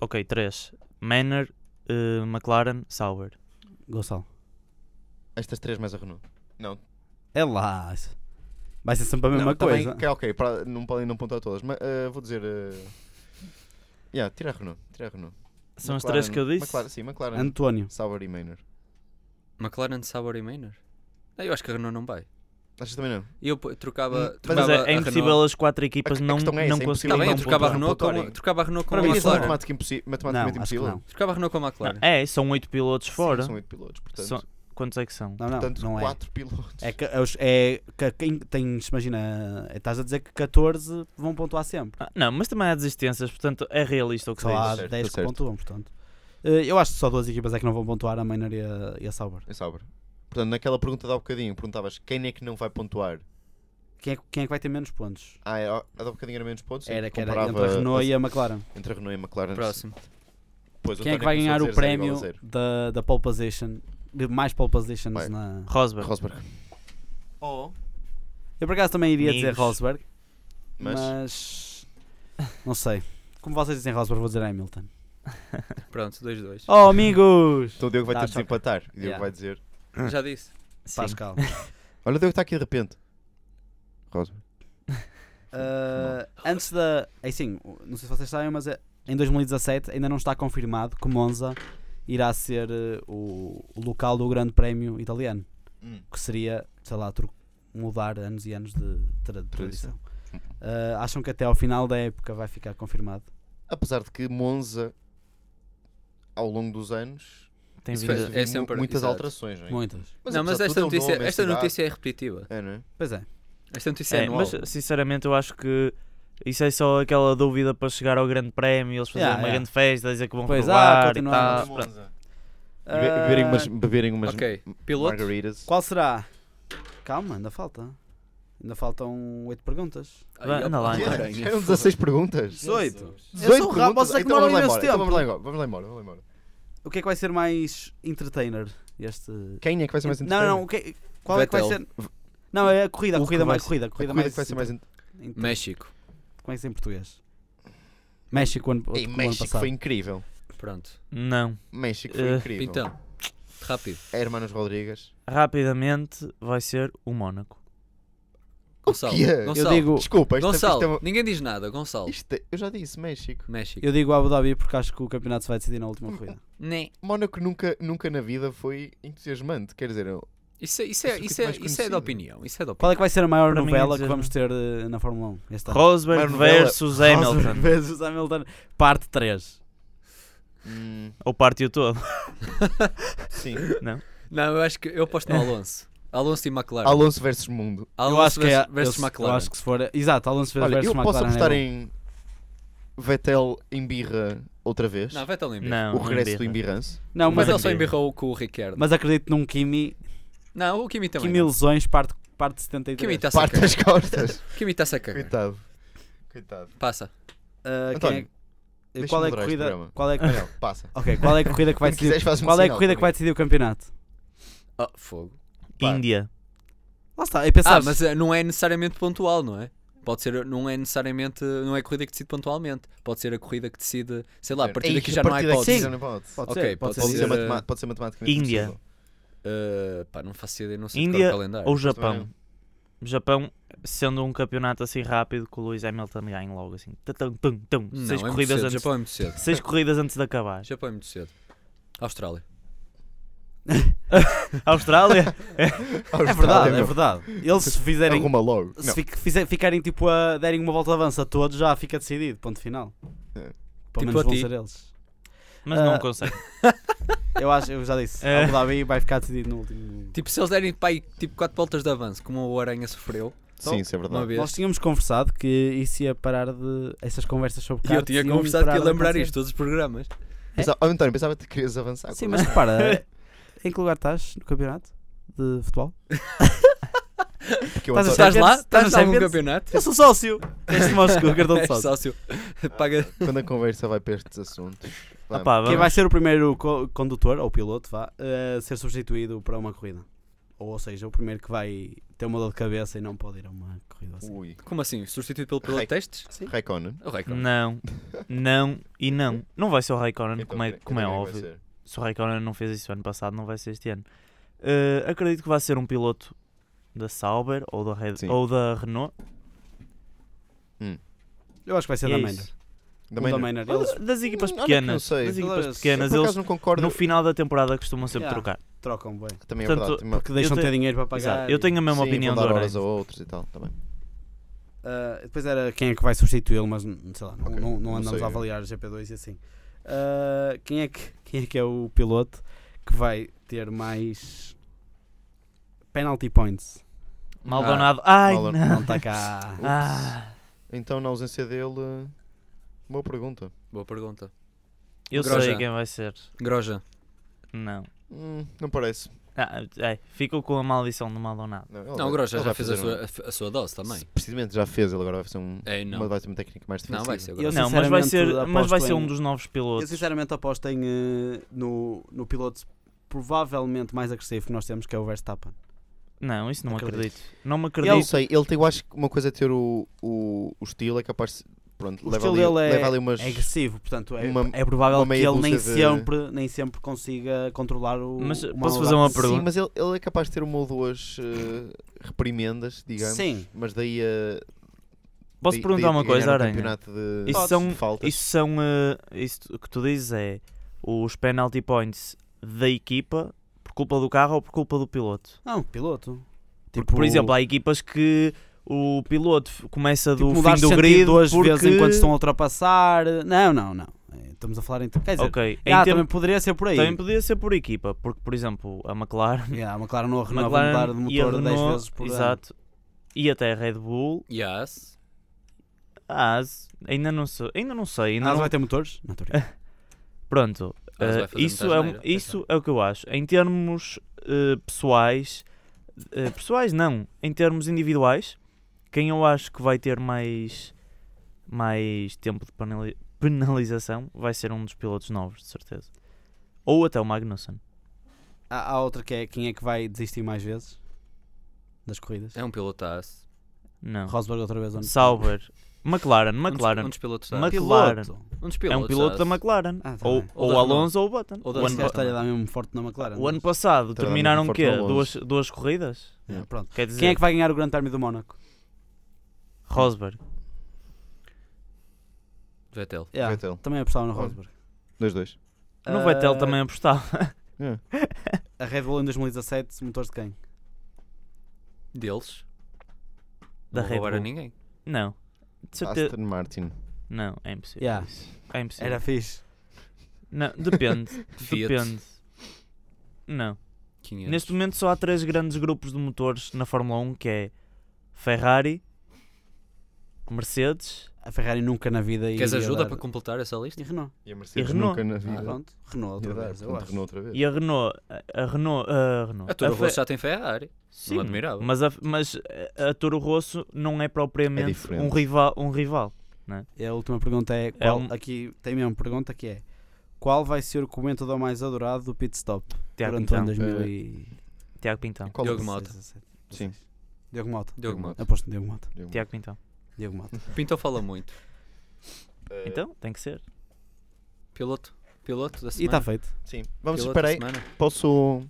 Speaker 7: Ok, 3. Manor, eh, McLaren, Sauber.
Speaker 4: Gonçalo.
Speaker 3: Estas três mais a Renault. Não,
Speaker 4: É lá. isso. Vai ser sempre a mesma
Speaker 3: não também,
Speaker 4: coisa.
Speaker 3: que é ok, para- não podem não pontuar todas, mas eh, vou dizer. eh, yeah, tira a Renault, tira a Renault.
Speaker 7: São as
Speaker 3: McLaren-
Speaker 7: três que eu disse?
Speaker 3: McLaren, sim, McLaren,
Speaker 4: António.
Speaker 3: Sauber e Maynard.
Speaker 5: McLaren, Sauber e Mainer. Ah, eu acho que a Renault não vai.
Speaker 3: Achas também não?
Speaker 5: Eu pô- trocava,
Speaker 3: Hum,
Speaker 5: trocava
Speaker 7: Mas
Speaker 5: a
Speaker 7: é, é
Speaker 5: Renault.
Speaker 7: impossível as quatro equipas
Speaker 3: A- a
Speaker 7: não,
Speaker 3: questão é
Speaker 7: não
Speaker 3: essa, é
Speaker 7: conseguirem.
Speaker 5: Está bem, eu
Speaker 3: não
Speaker 4: um
Speaker 5: trocava a
Speaker 3: pontuarem,
Speaker 5: Renault com,
Speaker 3: pontuarem.
Speaker 5: trocava a Renault com
Speaker 3: Para
Speaker 5: a
Speaker 3: mim, isso é
Speaker 5: McLaren.
Speaker 3: matemática impossi-
Speaker 4: Não,
Speaker 3: matematicamente
Speaker 4: acho que
Speaker 3: impossível.
Speaker 4: não.
Speaker 5: Trocava a Renault com a
Speaker 7: Não,
Speaker 5: McLaren.
Speaker 7: é, são oito pilotos fora.
Speaker 3: Sim, são 8 pilotos, portanto.
Speaker 7: São- Quantos é que são?
Speaker 4: Não, não,
Speaker 3: portanto,
Speaker 4: não é.
Speaker 3: 4 pilotos.
Speaker 4: É que, é, os- é que quem tens, imagina, é, estás a dizer que 14 vão pontuar sempre.
Speaker 7: Ah, não, mas também há desistências, portanto é realista o que
Speaker 4: Só
Speaker 7: se diz.
Speaker 4: há
Speaker 3: certo,
Speaker 4: 10
Speaker 3: tá
Speaker 4: que
Speaker 3: certo.
Speaker 4: pontuam, portanto. Eh, Eu acho que só duas equipas é que não vão pontuar, a Maynard e a, e a Sauber.
Speaker 3: É Sauber. Portanto, naquela pergunta de há bocadinho, perguntavas quem é que não vai pontuar
Speaker 4: Quem é, que- quem é que vai ter menos pontos?
Speaker 3: Ah, era, há um bocadinho era menos pontos. sim,
Speaker 4: Era que era
Speaker 3: comparava
Speaker 4: entre a Renault e a McLaren.
Speaker 3: entre a Renault e a
Speaker 4: É.
Speaker 3: McLaren.
Speaker 5: Próximo.
Speaker 3: Depois o
Speaker 4: Quem é
Speaker 3: António
Speaker 4: que vai
Speaker 3: começou a
Speaker 4: ganhar o
Speaker 3: dizer zero igual
Speaker 4: prémio
Speaker 3: a zero.
Speaker 4: da, da pole position? De mais pole positions
Speaker 3: Vai.
Speaker 4: na.
Speaker 7: Rosberg.
Speaker 3: Rosberg.
Speaker 7: Oh.
Speaker 4: Eu por acaso também iria dizer
Speaker 7: Amigos.
Speaker 4: Rosberg,
Speaker 3: Mas,
Speaker 4: mas. Não sei. Como vocês dizem Rosberg, vou dizer Hamilton.
Speaker 5: Pronto, 2-2.
Speaker 4: Oh, amigos!
Speaker 3: então o Diogo vai
Speaker 4: Tá,
Speaker 3: ter de
Speaker 4: choca.
Speaker 3: desempatar. O Diogo
Speaker 4: Yeah.
Speaker 3: vai dizer.
Speaker 5: Já disse.
Speaker 7: Sim.
Speaker 4: Pascal.
Speaker 3: Olha, o Diogo está aqui de repente. Rosberg.
Speaker 4: Uh, antes da. É assim, o- não sei se vocês sabem, mas é- em 2017 ainda não está confirmado que Monza irá ser eh, o, o local do Grande Prémio Italiano,
Speaker 3: Hum.
Speaker 4: que seria, sei lá, tro- mudar anos e anos de tra- tradição. Uh, acham que até ao final da época vai ficar confirmado?
Speaker 3: Apesar de que Monza, ao longo dos anos,
Speaker 7: Tem
Speaker 5: Isso
Speaker 7: vindo
Speaker 5: fez-
Speaker 7: a-
Speaker 5: é
Speaker 3: mu-
Speaker 5: sempre-
Speaker 3: muitas
Speaker 5: exato.
Speaker 3: alterações, não é?
Speaker 4: Muitas.
Speaker 5: não, mas
Speaker 3: apesar de
Speaker 5: esta
Speaker 3: tudo, é um
Speaker 5: notícia,
Speaker 3: nome, é
Speaker 5: esta
Speaker 3: cidade.
Speaker 5: notícia é repetitiva.
Speaker 3: É, não é?
Speaker 4: Pois é.
Speaker 5: Esta notícia é,
Speaker 7: É,
Speaker 5: anual.
Speaker 7: mas sinceramente eu acho que isso é só aquela dúvida para chegar ao grande prémio, eles fazerem
Speaker 4: Yeah,
Speaker 7: uma
Speaker 4: yeah.
Speaker 7: grande festa, dizer que vão
Speaker 4: Pois, ah,
Speaker 7: roubar e
Speaker 4: continuamos.
Speaker 3: Tá.
Speaker 7: tal.
Speaker 4: Ah,
Speaker 3: E
Speaker 7: Pronto.
Speaker 3: be- beberem
Speaker 4: Uh,
Speaker 3: umas, beberem umas
Speaker 5: Ok,
Speaker 3: m-
Speaker 5: piloto.
Speaker 3: margaritas.
Speaker 4: Qual será? Calma, ainda falta. Ainda faltam 8 perguntas.
Speaker 5: Ai,
Speaker 7: Vai,
Speaker 5: opa,
Speaker 7: anda lá,
Speaker 5: que
Speaker 7: então.
Speaker 5: aranha,
Speaker 3: Eram
Speaker 5: foda-se.
Speaker 3: 16 perguntas.
Speaker 4: 18. Eu
Speaker 3: 18
Speaker 4: sou rápido,
Speaker 3: perguntas?
Speaker 4: vocês é que
Speaker 3: Então vamos
Speaker 4: demoram
Speaker 3: lá
Speaker 4: imenso
Speaker 3: embora. Então
Speaker 4: tempo.
Speaker 3: vamos lá embora, vamos lá embora, vamos lá embora.
Speaker 4: O que é que vai ser mais entertainer? Este.
Speaker 3: Quem é que vai ser mais
Speaker 4: não, não,
Speaker 3: interessante?
Speaker 4: o que- qual é que vai
Speaker 5: Vettel.
Speaker 4: ser. Não, é a corrida, a
Speaker 7: O
Speaker 4: corrida
Speaker 7: que
Speaker 4: mais.
Speaker 7: vai
Speaker 4: Corrida, a
Speaker 3: A
Speaker 4: corrida,
Speaker 3: corrida que vai ser mais
Speaker 4: inter-
Speaker 5: México.
Speaker 4: Como é que se diz em português? México, ano,
Speaker 3: Ei,
Speaker 4: o ano
Speaker 3: México
Speaker 4: passado.
Speaker 3: foi incrível.
Speaker 5: Pronto.
Speaker 7: Não.
Speaker 3: México foi
Speaker 7: Eh,
Speaker 3: incrível. É
Speaker 5: Então, rápido.
Speaker 3: Hermanos Rodrigues.
Speaker 7: Rapidamente vai ser o Mónaco.
Speaker 5: Gonçalo.
Speaker 3: quê? Eu
Speaker 5: Gonçalo.
Speaker 4: Eu digo,
Speaker 3: Desculpa, isto, isto é
Speaker 5: Gonçalo.
Speaker 3: uma-
Speaker 5: Ninguém diz nada. Gonçalo.
Speaker 3: isto é- eu já disse México.
Speaker 5: México.
Speaker 4: eu digo Abu Dhabi porque acho que o campeonato se vai decidir na última corrida.
Speaker 5: Nem.
Speaker 3: Mónaco nunca, nunca na vida foi entusiasmante. Quer dizer, eu-
Speaker 5: Isso, é- isso, é,
Speaker 3: Isso é
Speaker 5: isso, é,
Speaker 3: mais
Speaker 5: isso é
Speaker 3: conhecido.
Speaker 5: da opinião. Isso é da opinião.
Speaker 4: Qual é que vai ser a maior
Speaker 7: Para mim é
Speaker 4: novela que
Speaker 7: dizer
Speaker 4: vamos ter eh, na Fórmula 1 este ano?
Speaker 7: Rosberg
Speaker 3: Maior novela.
Speaker 7: versus Hamilton.
Speaker 4: vezes Hamilton, parte 3.
Speaker 3: hum,
Speaker 7: Ou partiu todo.
Speaker 3: sim.
Speaker 5: Não, eu acho que eu aposto no Alonso. Alonso e McLaren.
Speaker 3: Alonso versus Mundo.
Speaker 5: Alonso
Speaker 4: eu acho que é.
Speaker 5: versus, versus
Speaker 4: eu,
Speaker 5: McLaren.
Speaker 4: eu acho que se for. Exato, Alonso
Speaker 3: Olha,
Speaker 4: versus
Speaker 3: eu
Speaker 4: McLaren.
Speaker 3: posso
Speaker 4: é
Speaker 3: apostar
Speaker 4: bom.
Speaker 3: em Vettel em birra outra vez.
Speaker 5: Não, Vettel nem
Speaker 7: Não,
Speaker 3: o regresso
Speaker 7: não
Speaker 3: do embirrance.
Speaker 4: Não,
Speaker 5: Mas
Speaker 4: mas,
Speaker 5: ele
Speaker 7: ac-
Speaker 5: só embirrou com o Ricardo.
Speaker 4: mas acredito num Kimi.
Speaker 5: Não, o Kimi também.
Speaker 4: Kimi
Speaker 5: não.
Speaker 4: lesões, parte, parte 73.
Speaker 5: Kimi tá- está-se a
Speaker 3: Parte
Speaker 5: cagar.
Speaker 3: das costas.
Speaker 5: Kimi está-se a cagar.
Speaker 3: Coitado. Coitado.
Speaker 5: Passa.
Speaker 4: Ah, quem
Speaker 3: António,
Speaker 4: é-
Speaker 3: deixa-me
Speaker 4: qual é
Speaker 3: moderar
Speaker 4: a
Speaker 3: este
Speaker 4: corrida?
Speaker 3: programa.
Speaker 4: Qual é a
Speaker 3: Ah, não, passa.
Speaker 4: Ok, qual é a corrida que vai
Speaker 3: Quando
Speaker 4: decidir?
Speaker 3: quiseres, faz-me
Speaker 4: Qual é a
Speaker 3: sinal
Speaker 4: corrida que
Speaker 3: também.
Speaker 4: vai decidir o campeonato?
Speaker 5: Oh, fogo.
Speaker 3: Pá.
Speaker 7: Índia.
Speaker 4: Lá está, eu pensava.
Speaker 5: Ah, mas eh, não é necessariamente pontual, não é? Pode ser, não é necessariamente, não é a corrida que decide pontualmente. Pode ser a corrida que decide, sei
Speaker 4: é
Speaker 5: lá, a partir
Speaker 3: Ei,
Speaker 5: daqui
Speaker 3: que
Speaker 5: já não é há
Speaker 3: partida aqui
Speaker 5: hipótese. Eh,
Speaker 3: já não pode.
Speaker 4: pode
Speaker 5: ok,
Speaker 4: ser, pode,
Speaker 5: pode
Speaker 4: ser.
Speaker 3: Pode ser
Speaker 5: Sim.
Speaker 3: matema- Pode ser matematicamente
Speaker 7: Índia.
Speaker 3: impossível.
Speaker 5: Eh, pá, não faço ideia, não sei de qual é
Speaker 7: Índia
Speaker 5: o calendário.
Speaker 7: ou
Speaker 3: também
Speaker 7: Japão.
Speaker 3: um?
Speaker 7: Japão, sendo um campeonato assim rápido, que o Lewis Hamilton ganha logo assim. Tum, tum, tum.
Speaker 5: Não,
Speaker 7: Seis
Speaker 5: é muito
Speaker 7: corridas
Speaker 5: cedo.
Speaker 7: antes.
Speaker 5: Japão é muito cedo.
Speaker 7: Seis corridas antes de acabar.
Speaker 5: Japão é muito cedo. Austrália.
Speaker 7: Austrália?
Speaker 4: É verdade, é verdade. Eles se fizerem.
Speaker 3: Arruma logo.
Speaker 4: Se
Speaker 3: Não.
Speaker 4: fi- fizer- ficarem tipo a derem uma volta de avança a todos, já fica decidido, ponto final.
Speaker 3: É.
Speaker 4: Pelo
Speaker 5: Tipo
Speaker 4: menos
Speaker 5: a
Speaker 4: vão
Speaker 5: ti.
Speaker 4: ser eles.
Speaker 7: Mas não
Speaker 4: Ah.
Speaker 7: consegue.
Speaker 4: Eu acho, eu já disse.
Speaker 7: É.
Speaker 4: Abu Dhabi vai ficar decidido no último.
Speaker 5: Tipo, se eles derem pá, aí, tipo 4 voltas de avanço, como o Aranha sofreu,
Speaker 3: Sim, isso é
Speaker 5: uma
Speaker 3: verdade.
Speaker 5: vez.
Speaker 4: Nós tínhamos conversado que isso ia parar de. Essas conversas sobre
Speaker 5: E eu
Speaker 4: cartas
Speaker 5: tinha
Speaker 4: iam
Speaker 5: conversado
Speaker 4: parar
Speaker 5: que ia
Speaker 4: de
Speaker 5: lembrar
Speaker 4: acontecer.
Speaker 5: isto, todos os programas.
Speaker 3: Pensava, oh, António, pensava que querias avançar.
Speaker 4: Sim, mas repara, em que lugar estás no campeonato de futebol?
Speaker 3: Porque eu
Speaker 4: estás a
Speaker 3: António-
Speaker 5: Estás lá?
Speaker 4: Estás
Speaker 5: Estás
Speaker 4: no
Speaker 5: em algum
Speaker 4: Champions?
Speaker 5: campeonato?
Speaker 4: Eu sou sócio! Este mosco, o cartão de
Speaker 5: És
Speaker 4: sócio.
Speaker 5: sócio. Paga.
Speaker 3: Quando a conversa vai para estes assuntos.
Speaker 7: Ah,
Speaker 3: vamos.
Speaker 7: pá,
Speaker 4: Quem
Speaker 7: vamos.
Speaker 4: vai ser o primeiro co- condutor, ou piloto, vá, a ser substituído para uma corrida? Ou, ou seja, o primeiro que vai ter uma dor de cabeça e não pode ir a uma corrida assim.
Speaker 3: Ui.
Speaker 5: Como assim? Substituído pelo piloto de
Speaker 3: Rei-
Speaker 5: testes?
Speaker 3: Raikkonen.
Speaker 5: O Raikkonen.
Speaker 7: Não, não e não. Não vai ser o Raikkonen,
Speaker 3: Então,
Speaker 7: como é,
Speaker 3: quem-
Speaker 7: como é
Speaker 3: então quem vai
Speaker 7: óbvio.
Speaker 3: ser?
Speaker 7: Se o Raikkonen não fez isso ano passado, não vai ser este ano. Eh, acredito que vai ser um piloto da Sauber ou da, Red,
Speaker 3: Sim.
Speaker 7: ou da Renault.
Speaker 4: Eu acho que vai ser
Speaker 7: E
Speaker 4: da
Speaker 7: é
Speaker 4: Manor.
Speaker 7: isso.
Speaker 3: Também
Speaker 4: O
Speaker 3: não.
Speaker 4: da Manor.
Speaker 7: Ou
Speaker 4: Eles
Speaker 7: da- das equipas
Speaker 3: Hum, olha que não
Speaker 7: pequenas.
Speaker 3: sei.
Speaker 7: Das
Speaker 4: Eles-
Speaker 7: equipas
Speaker 3: Eu,
Speaker 7: pequenas,
Speaker 3: por
Speaker 7: eles
Speaker 3: acaso não concordo.
Speaker 7: no final da temporada costumam sempre
Speaker 4: Yeah.
Speaker 7: trocar.
Speaker 4: trocam bem.
Speaker 3: Também é
Speaker 7: portanto,
Speaker 3: verdade. também-
Speaker 4: Porque deixam
Speaker 7: te-
Speaker 4: ter dinheiro para pagar.
Speaker 7: Exato. Eu tenho a mesma
Speaker 3: Sim,
Speaker 7: opinião
Speaker 3: vão
Speaker 7: do
Speaker 3: dar horas
Speaker 7: Aranha.
Speaker 3: a outros e tal. tá Também.
Speaker 4: Ah, depois era quem é que vai substituí-lo, mas n- sei lá, não,
Speaker 3: Ok,
Speaker 4: não- não
Speaker 3: não
Speaker 4: andamos
Speaker 3: sei.
Speaker 4: a avaliar GP2 e assim. Ah, quem, é que, quem é que é o piloto que vai ter mais penalty points?
Speaker 7: Maldonado.
Speaker 4: Ah,
Speaker 7: Ai,
Speaker 3: Maldonado.
Speaker 4: Não
Speaker 7: não. tá.
Speaker 4: está cá.
Speaker 7: Ah,
Speaker 3: Então, na ausência dele, boa pergunta.
Speaker 5: Boa pergunta.
Speaker 7: eu
Speaker 5: Grosjean.
Speaker 7: sei quem vai ser.
Speaker 5: Groja.
Speaker 7: Não.
Speaker 3: Hum, não parece.
Speaker 7: Ah, é, ficou com a maldição do Maldonado.
Speaker 3: Não, ele
Speaker 5: Não,
Speaker 3: vai-
Speaker 5: o Groja
Speaker 3: ele
Speaker 5: já
Speaker 3: vai
Speaker 5: fez a
Speaker 3: fazer um-
Speaker 5: sua, a sua dose também.
Speaker 3: Se- Precisamente já fez, ele agora vai fazer um,
Speaker 5: É, não.
Speaker 3: uma, vai ser uma técnica mais defensiva.
Speaker 5: Não, vai ser agora.
Speaker 4: Eu,
Speaker 7: Não, mas vai ser,
Speaker 4: sinceramente,
Speaker 7: mas vai
Speaker 4: aposto
Speaker 7: ser um
Speaker 4: em-
Speaker 7: dos novos
Speaker 4: Eu
Speaker 7: pilotos.
Speaker 4: sinceramente aposto em, eh, no, no piloto provavelmente mais agressivo que nós temos, que é o Verstappen.
Speaker 7: Não, isso não
Speaker 4: Acredito.
Speaker 7: acredito. Não me
Speaker 3: Eu não
Speaker 7: acredito.
Speaker 3: sei, ele tem, eu acho que uma coisa é ter o, o, o estilo, é capaz de. Pronto,
Speaker 4: O
Speaker 3: leva,
Speaker 4: estilo
Speaker 3: ali,
Speaker 4: dele é-
Speaker 3: leva ali umas.
Speaker 4: É agressivo, portanto é,
Speaker 3: Uma-
Speaker 4: é provável
Speaker 3: uma
Speaker 4: que
Speaker 3: meia
Speaker 4: ele nem,
Speaker 3: dúzia de-
Speaker 4: sempre, nem sempre consiga controlar o.
Speaker 7: Mas
Speaker 4: o
Speaker 7: posso
Speaker 4: Maldonado.
Speaker 7: fazer uma
Speaker 3: Sim,
Speaker 7: pergunta?
Speaker 3: mas ele, ele é capaz de ter uma ou duas eh, reprimendas, digamos.
Speaker 4: Sim.
Speaker 3: Mas daí a.
Speaker 7: Posso
Speaker 3: daí-
Speaker 7: perguntar
Speaker 3: daí a
Speaker 7: uma
Speaker 3: ganhar
Speaker 7: coisa,
Speaker 3: o
Speaker 7: Aranha?
Speaker 3: campeonato de,
Speaker 7: Isso
Speaker 3: de
Speaker 7: são-
Speaker 3: faltas.
Speaker 7: Isso são. eh, isso que tu dizes é os penalty points da equipa por culpa do carro ou por culpa do piloto?
Speaker 4: Não, piloto.
Speaker 7: Porque,
Speaker 4: Tipo
Speaker 7: por exemplo, há equipas que o piloto f- começa
Speaker 4: tipo,
Speaker 7: do
Speaker 4: mudar
Speaker 7: um fim do
Speaker 4: de
Speaker 7: grid
Speaker 4: grid duas
Speaker 7: porque...
Speaker 4: vezes enquanto estão a ultrapassar. Não, não, não. Eh, Estamos a falar em. Quer dizer,
Speaker 7: Ok, em
Speaker 4: ah,
Speaker 7: termo-
Speaker 4: também poderia ser por aí.
Speaker 7: também podia ser por equipa, porque, por exemplo, a McLaren
Speaker 4: Yeah, a McLaren não renova
Speaker 7: McLaren
Speaker 4: mudar de
Speaker 7: e a
Speaker 4: motor 10
Speaker 7: Renault,
Speaker 4: vezes por ano. Ah,
Speaker 7: exato, e até a Red Bull,
Speaker 5: Yes.
Speaker 7: a Haas, ainda não sei, ainda não sei, ainda
Speaker 4: Ainda
Speaker 7: não-
Speaker 4: vai ter motores? Não, tô a brincar.
Speaker 7: pronto,
Speaker 5: A Haas
Speaker 7: eh,
Speaker 5: vai fazer
Speaker 7: isso,
Speaker 5: muita
Speaker 7: é, um-
Speaker 5: asneira,
Speaker 7: isso é o que eu acho, em termos eh, pessoais, eh, pessoais não, em termos individuais, quem eu acho que vai ter mais, mais tempo de penali- penalização vai ser um dos pilotos novos, de certeza, ou até o Magnussen.
Speaker 4: há, há outra que é quem é que vai desistir mais vezes das corridas.
Speaker 5: É um piloto da Haas.
Speaker 7: Não.
Speaker 4: Rosberg outra vez. ou não?
Speaker 7: Sauber. McLaren,
Speaker 5: Um dos-
Speaker 7: McLaren.
Speaker 5: Um dos pilotos da
Speaker 7: Ma-
Speaker 5: Haas.
Speaker 7: McLaren.
Speaker 4: Piloto.
Speaker 5: Um dos
Speaker 7: É
Speaker 5: pilotos
Speaker 7: um piloto da
Speaker 5: Haas.
Speaker 7: McLaren.
Speaker 4: Ah, tá
Speaker 7: ou
Speaker 4: bem.
Speaker 5: Ou
Speaker 7: ou
Speaker 5: da
Speaker 7: Alonso ou Button.
Speaker 5: Ou da
Speaker 7: o, ano,
Speaker 4: Esse gajo
Speaker 5: Renault.
Speaker 7: pa-
Speaker 4: está-lhe a dar mesmo forte na McLaren.
Speaker 7: o ano passado
Speaker 3: Está a dar
Speaker 7: terminaram
Speaker 3: muito
Speaker 7: o
Speaker 3: forte
Speaker 7: quê?
Speaker 3: ao
Speaker 7: Duas,
Speaker 3: Alonso.
Speaker 7: duas corridas?
Speaker 4: É, pronto.
Speaker 7: Quer dizer,
Speaker 4: Quem é que vai ganhar o Grande Prémio do Mónaco?
Speaker 7: Rosberg.
Speaker 5: Vettel.
Speaker 4: Yeah,
Speaker 3: Vettel.
Speaker 4: Também apostava no
Speaker 3: Rosberg.
Speaker 4: Rosberg.
Speaker 3: 2-2.
Speaker 7: No
Speaker 4: Ah,
Speaker 7: Vettel também apostava.
Speaker 4: A Red Bull em 2017, motores de quem?
Speaker 5: Deles.
Speaker 7: Da
Speaker 5: não
Speaker 7: Red
Speaker 5: roubaram
Speaker 7: Bull.
Speaker 5: ninguém.
Speaker 7: Não. De certeza.
Speaker 3: Aston Martin.
Speaker 7: Não, é impossível.
Speaker 4: Yeah.
Speaker 7: isso. É impossível.
Speaker 4: Era fixe.
Speaker 7: Não, depende.
Speaker 5: Fiat.
Speaker 7: depende. Não.
Speaker 5: 500.
Speaker 7: Neste momento só há três grandes grupos de motores na Fórmula 1 que é Ferrari, Mercedes
Speaker 4: A Ferrari nunca na vida
Speaker 5: Queres
Speaker 4: iria
Speaker 5: ajuda
Speaker 4: dar-
Speaker 5: para completar essa lista?
Speaker 4: E Renault.
Speaker 3: E a Mercedes
Speaker 7: E Renault.
Speaker 3: nunca na
Speaker 4: Ah,
Speaker 3: vida.
Speaker 4: pronto. Renault
Speaker 3: ia
Speaker 4: outra
Speaker 3: dar,
Speaker 4: vez, eu
Speaker 3: portanto,
Speaker 4: acho.
Speaker 3: Renault outra vez.
Speaker 7: e a Renault. A Renault. A, Renault.
Speaker 5: A Toro
Speaker 7: Fe-
Speaker 5: Rosso já tem Ferrari.
Speaker 4: é
Speaker 7: Sim,
Speaker 5: admirava.
Speaker 7: Mas a, mas eh, a a Toro Rosso não é propriamente
Speaker 3: diferente.
Speaker 7: um rival. Um rival.
Speaker 4: E a última pergunta é, qual,
Speaker 7: um-
Speaker 4: aqui tem mesmo pergunta que é qual vai ser o comentador mais adorado do pit stop
Speaker 7: Tiago então.
Speaker 4: durante o ano
Speaker 7: Pintão.
Speaker 4: 2016?
Speaker 7: Tiago Pintão.
Speaker 3: Qual
Speaker 5: Diogo
Speaker 3: é?
Speaker 5: Mota.
Speaker 4: 17?
Speaker 3: Sim.
Speaker 4: Diogo Mota.
Speaker 5: Diogo Mota.
Speaker 4: Aposto no Diogo Mota.
Speaker 3: Diogo
Speaker 7: Tiago Pintão.
Speaker 4: Diogo Mota.
Speaker 5: Pinto fala muito.
Speaker 3: Mota. Eh,
Speaker 7: Então, tem que ser.
Speaker 5: Piloto. Piloto da
Speaker 4: e está
Speaker 5: semana.
Speaker 4: feito.
Speaker 3: Sim. tá, Vamos,
Speaker 5: Piloto
Speaker 3: espera
Speaker 5: da
Speaker 3: aí.
Speaker 5: semana.
Speaker 3: Posso.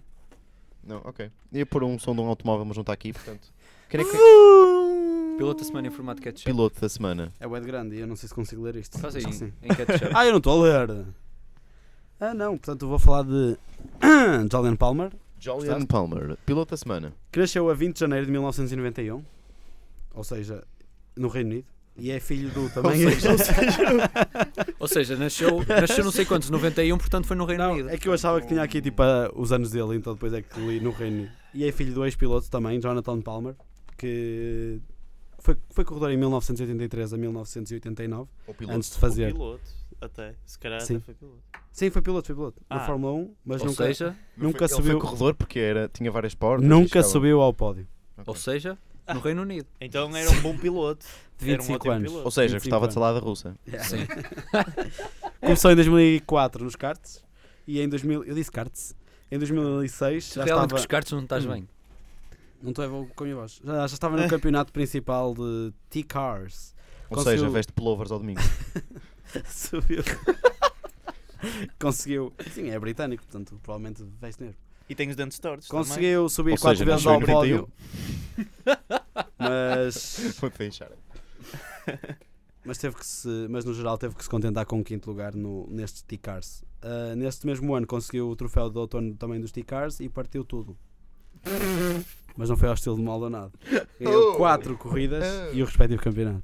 Speaker 3: Não, ok. Ia pôr um som de um automóvel, mas não está aqui, portanto. Quem é que-
Speaker 7: Uh!
Speaker 5: Piloto da semana em formato catch-up.
Speaker 3: Piloto da semana.
Speaker 4: É o Ed Grande e eu não sei se consigo ler isto.
Speaker 5: Faz aí
Speaker 4: Acho que sim.
Speaker 5: em, em catch-up.
Speaker 4: Ah, eu não estou a ler. Ah, não. Portanto, eu vou falar de Julian Palmer.
Speaker 3: Julian Palmer. Piloto da semana.
Speaker 4: Cresceu a 20 de janeiro de 1991, ou seja, no Reino Unido, e é filho do também.
Speaker 5: Ou seja, nasceu, nasceu não sei quantos, 91, portanto foi no Reino Unido.
Speaker 4: é que eu achava que tinha aqui tipo a- os anos dele, então depois é que li no Reino Unido. E é filho do ex-piloto também, Jonathan Palmer, que foi, foi corredor em 1983 a 1989,
Speaker 3: Ou piloto.
Speaker 4: antes de fazer.
Speaker 7: piloto, até. Se calhar
Speaker 4: Sim.
Speaker 7: foi piloto.
Speaker 4: Sim, foi piloto, foi piloto, na
Speaker 7: Ah.
Speaker 4: Fórmula 1, mas
Speaker 5: Ou
Speaker 4: nunca,
Speaker 5: seja,
Speaker 4: nunca
Speaker 3: ele
Speaker 4: subiu-
Speaker 3: Foi corredor porque era, tinha várias portas. e
Speaker 4: nunca
Speaker 3: chegava-
Speaker 4: subiu ao pódio.
Speaker 5: ou seja, no Reino Unido.
Speaker 7: Então era um bom piloto.
Speaker 4: De 25 anos.
Speaker 3: Ou seja,
Speaker 4: 25
Speaker 3: gostava de
Speaker 4: anos.
Speaker 3: salada russa.
Speaker 5: Sim.
Speaker 4: Começou em 2004 nos karts, e em 2000, eu disse karts, em 2006 já
Speaker 5: Realmente
Speaker 4: estava...
Speaker 5: com os cartos não estás bem.
Speaker 4: Não estou a ver com a minha voz. Já, já estava no campeonato principal de T-Cars.
Speaker 3: Ou
Speaker 4: Conseguiu-
Speaker 3: seja, veste pullovers ao domingo.
Speaker 4: Subiu. Conseguiu. Sim, é britânico, portanto, provavelmente veste negro.
Speaker 7: E tem os dentes tortos.
Speaker 4: Conseguiu subir
Speaker 3: Ou
Speaker 4: 4
Speaker 3: seja,
Speaker 4: vezes
Speaker 3: nasceu
Speaker 4: ao
Speaker 3: em 91.
Speaker 4: pódio. Mas,
Speaker 3: Vou deixar.
Speaker 4: mas teve que se. Mas no geral teve que se contentar com o quinto lugar no, neste T-Cars. Ah, neste mesmo ano conseguiu o troféu de outono também dos T-Cars e partiu tudo. Mas não foi ao estilo de Maldonado. Ganhou 4 corridas e o respectivo campeonato.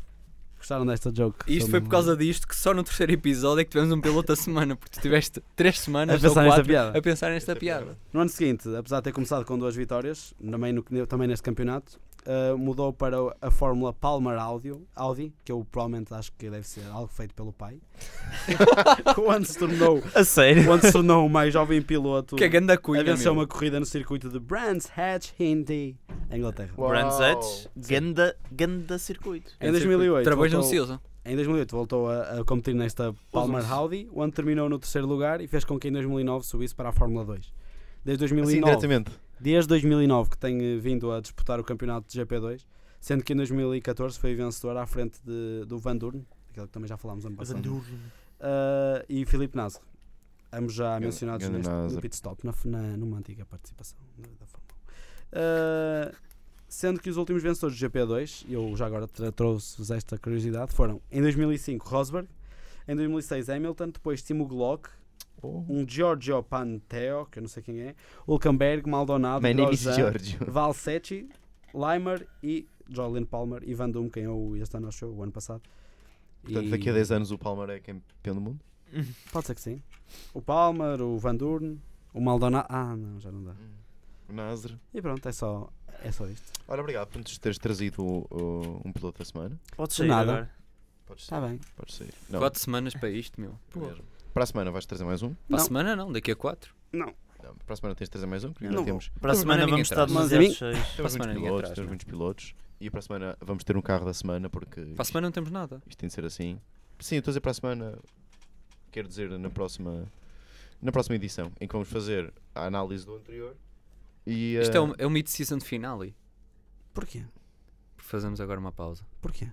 Speaker 4: Gostaram desta joke?
Speaker 5: E isto foi por causa disto que só no terceiro episódio é que tivemos um piloto da semana, porque tu tiveste 3 semanas
Speaker 4: A pensar
Speaker 5: ou
Speaker 4: nesta
Speaker 5: quatro
Speaker 4: piada.
Speaker 5: a pensar nesta piada.
Speaker 4: No ano seguinte, apesar de ter começado com duas vitórias, também, no- também neste campeonato, eh, mudou para o- a fórmula Palmer Audio, Audi, que eu provavelmente acho que deve ser algo feito pelo pai. quando, se tornou,
Speaker 7: A sério?
Speaker 4: quando se tornou o mais jovem piloto
Speaker 5: Que é ganda
Speaker 4: a
Speaker 5: cunha,
Speaker 4: vencer
Speaker 5: meu.
Speaker 4: uma corrida no circuito de Brands Hatch Hindi, em Inglaterra.
Speaker 3: Uau.
Speaker 7: Brands Hatch, ganda, ganda circuito.
Speaker 5: é
Speaker 4: Em 2008,
Speaker 5: Trabalhos no
Speaker 4: voltou-
Speaker 5: Silva.
Speaker 4: Em 2008 voltou a, a competir nesta Palmer Audi, onde terminou no terceiro lugar e fez com que em 2009 subisse para a Fórmula 2. Desde
Speaker 3: Assim,
Speaker 4: 2009,
Speaker 3: diretamente.
Speaker 4: desde 2009 que tem eh, vindo a disputar o campeonato de GP2, sendo que em 2014 foi vencedor à frente de- do Van Durn, aquele que também já falámos ano passado, eh, e Filipe Nasr, ambos já
Speaker 3: Grande-
Speaker 4: mencionados
Speaker 3: grande
Speaker 4: neste, no
Speaker 3: Nasr.
Speaker 4: pit stop, na, f- na- numa antiga participação da da Fórmula 1. Eh, Sendo que os últimos vencedores do GP2, e eu já agora tra- trouxe-vos esta curiosidade, foram em 2005 Rosberg, em 2006 Hamilton, depois Timo Glock, um Giorgio Panteo, que eu não sei quem é, Hulkenberg, Maldonado,
Speaker 3: My name is
Speaker 4: Grosjean,
Speaker 3: Giorgio.
Speaker 4: Valsetti, Limer e Jolene Palmer e Van Doom, quem eu este ano achou, o ano passado.
Speaker 3: Portanto,
Speaker 4: E-
Speaker 3: daqui a 10 anos o Palmer é campeão do mundo.
Speaker 4: Pode ser que sim. O Palmer, o Van Durn, o Maldonado. Ah, não, já não dá.
Speaker 3: O Nasr.
Speaker 4: E pronto, é só, é só isto.
Speaker 3: Ora, obrigado por nos teres trazido o- o- um piloto da semana.
Speaker 7: Pode
Speaker 4: De
Speaker 7: sair
Speaker 4: nada.
Speaker 7: agora.
Speaker 3: Podes
Speaker 4: Está bem.
Speaker 3: podes sair. Não,
Speaker 5: Quatro semanas para isto, meu.
Speaker 3: mesmo. Para a semana vais trazer mais um?
Speaker 4: Não.
Speaker 5: Para a semana não, daqui a quatro.
Speaker 3: Não, para a semana tens de trazer mais um? Porque
Speaker 4: Não
Speaker 3: já
Speaker 4: vou.
Speaker 3: temos,
Speaker 7: Para a semana
Speaker 5: ninguém
Speaker 7: vamos estar
Speaker 5: traz.
Speaker 4: Mas a
Speaker 7: demasiado cheios.
Speaker 5: Para a
Speaker 3: temos
Speaker 5: semana
Speaker 3: muitos
Speaker 5: ninguém
Speaker 3: pilotos.
Speaker 5: traz,
Speaker 3: Temos
Speaker 5: não.
Speaker 3: muitos pilotos. E para a semana vamos ter um carro da semana porque
Speaker 5: Para a semana não temos nada.
Speaker 3: isto tem de ser assim. Sim, eu estou a dizer para a semana. Quero dizer na próxima, na próxima edição, em que vamos fazer a análise do anterior. E,
Speaker 5: Isto é
Speaker 3: eh,
Speaker 5: um, é um mid-season finale.
Speaker 4: Porquê?
Speaker 5: Fazemos agora uma pausa.
Speaker 4: Porquê?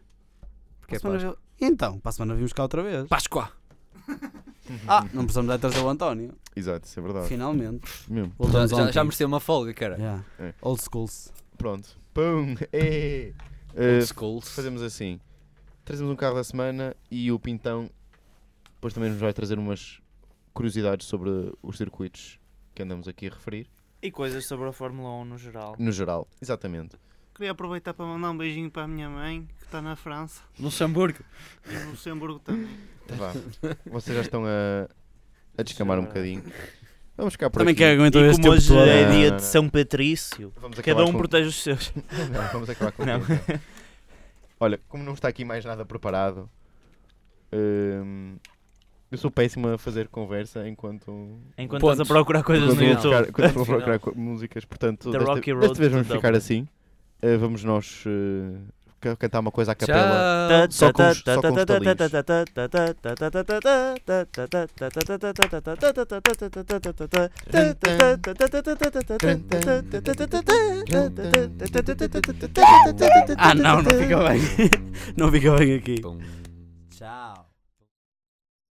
Speaker 5: Porque é
Speaker 4: Para a
Speaker 5: Páscoa.
Speaker 4: semana- Então, para a semana vimos cá outra vez.
Speaker 5: Páscoa!
Speaker 4: Ah, não precisamos de trazer o António.
Speaker 3: Exato, isso é verdade.
Speaker 4: Finalmente.
Speaker 3: Mesmo.
Speaker 5: Já,
Speaker 4: Voltamos
Speaker 5: já,
Speaker 4: ontem.
Speaker 5: já mereceu uma folga, cara.
Speaker 4: Yeah.
Speaker 3: É.
Speaker 4: Old schools.
Speaker 3: Pronto. Pum! É.
Speaker 5: Old
Speaker 3: Eh,
Speaker 5: schools.
Speaker 3: fazemos assim. Trazemos um carro da semana e o Pintão depois também nos vai trazer umas curiosidades sobre os circuitos que andamos aqui a referir.
Speaker 7: E coisas sobre a Fórmula 1 no geral.
Speaker 3: No geral, exatamente.
Speaker 2: Queria aproveitar para mandar um beijinho para a minha mãe, que está na França,
Speaker 5: Luxemburgo.
Speaker 2: e no Luxemburgo também.
Speaker 3: Vá. Vocês já estão a, a descamar um bocadinho. Vamos ficar por
Speaker 4: Também
Speaker 3: aqui.
Speaker 4: quem aguentou Então
Speaker 7: E
Speaker 4: este tipo
Speaker 7: como
Speaker 4: tempo
Speaker 7: hoje
Speaker 4: todo.
Speaker 7: é
Speaker 3: Não,
Speaker 7: dia
Speaker 3: não,
Speaker 7: de
Speaker 3: não.
Speaker 7: São Patrício,
Speaker 3: Vamos
Speaker 7: cada
Speaker 3: acabar
Speaker 7: um
Speaker 3: com-
Speaker 7: protege os seus.
Speaker 3: Não, vamos acabar com o
Speaker 7: Não.
Speaker 3: Pintão. Olha, como não está aqui mais nada preparado, hum, eu sou péssimo a fazer conversa enquanto
Speaker 7: Enquanto
Speaker 5: Pontos.
Speaker 7: estás a procurar coisas no
Speaker 3: Continuam a
Speaker 7: YouTube.
Speaker 3: tocar- continuam a
Speaker 5: Afinal.
Speaker 3: procurar co- músicas, portanto,
Speaker 7: The
Speaker 3: desta,
Speaker 7: Rocky Road
Speaker 3: desta vez
Speaker 7: to
Speaker 3: vamos ficar
Speaker 7: Dublin.
Speaker 3: assim. Eh, vamos nós eh, ca- cantar uma coisa à capela.
Speaker 5: Tchau.
Speaker 3: Só com os- só com os
Speaker 4: Ah, não, não fica bem. Não fica bem aqui.
Speaker 5: Pum.
Speaker 4: Tchau.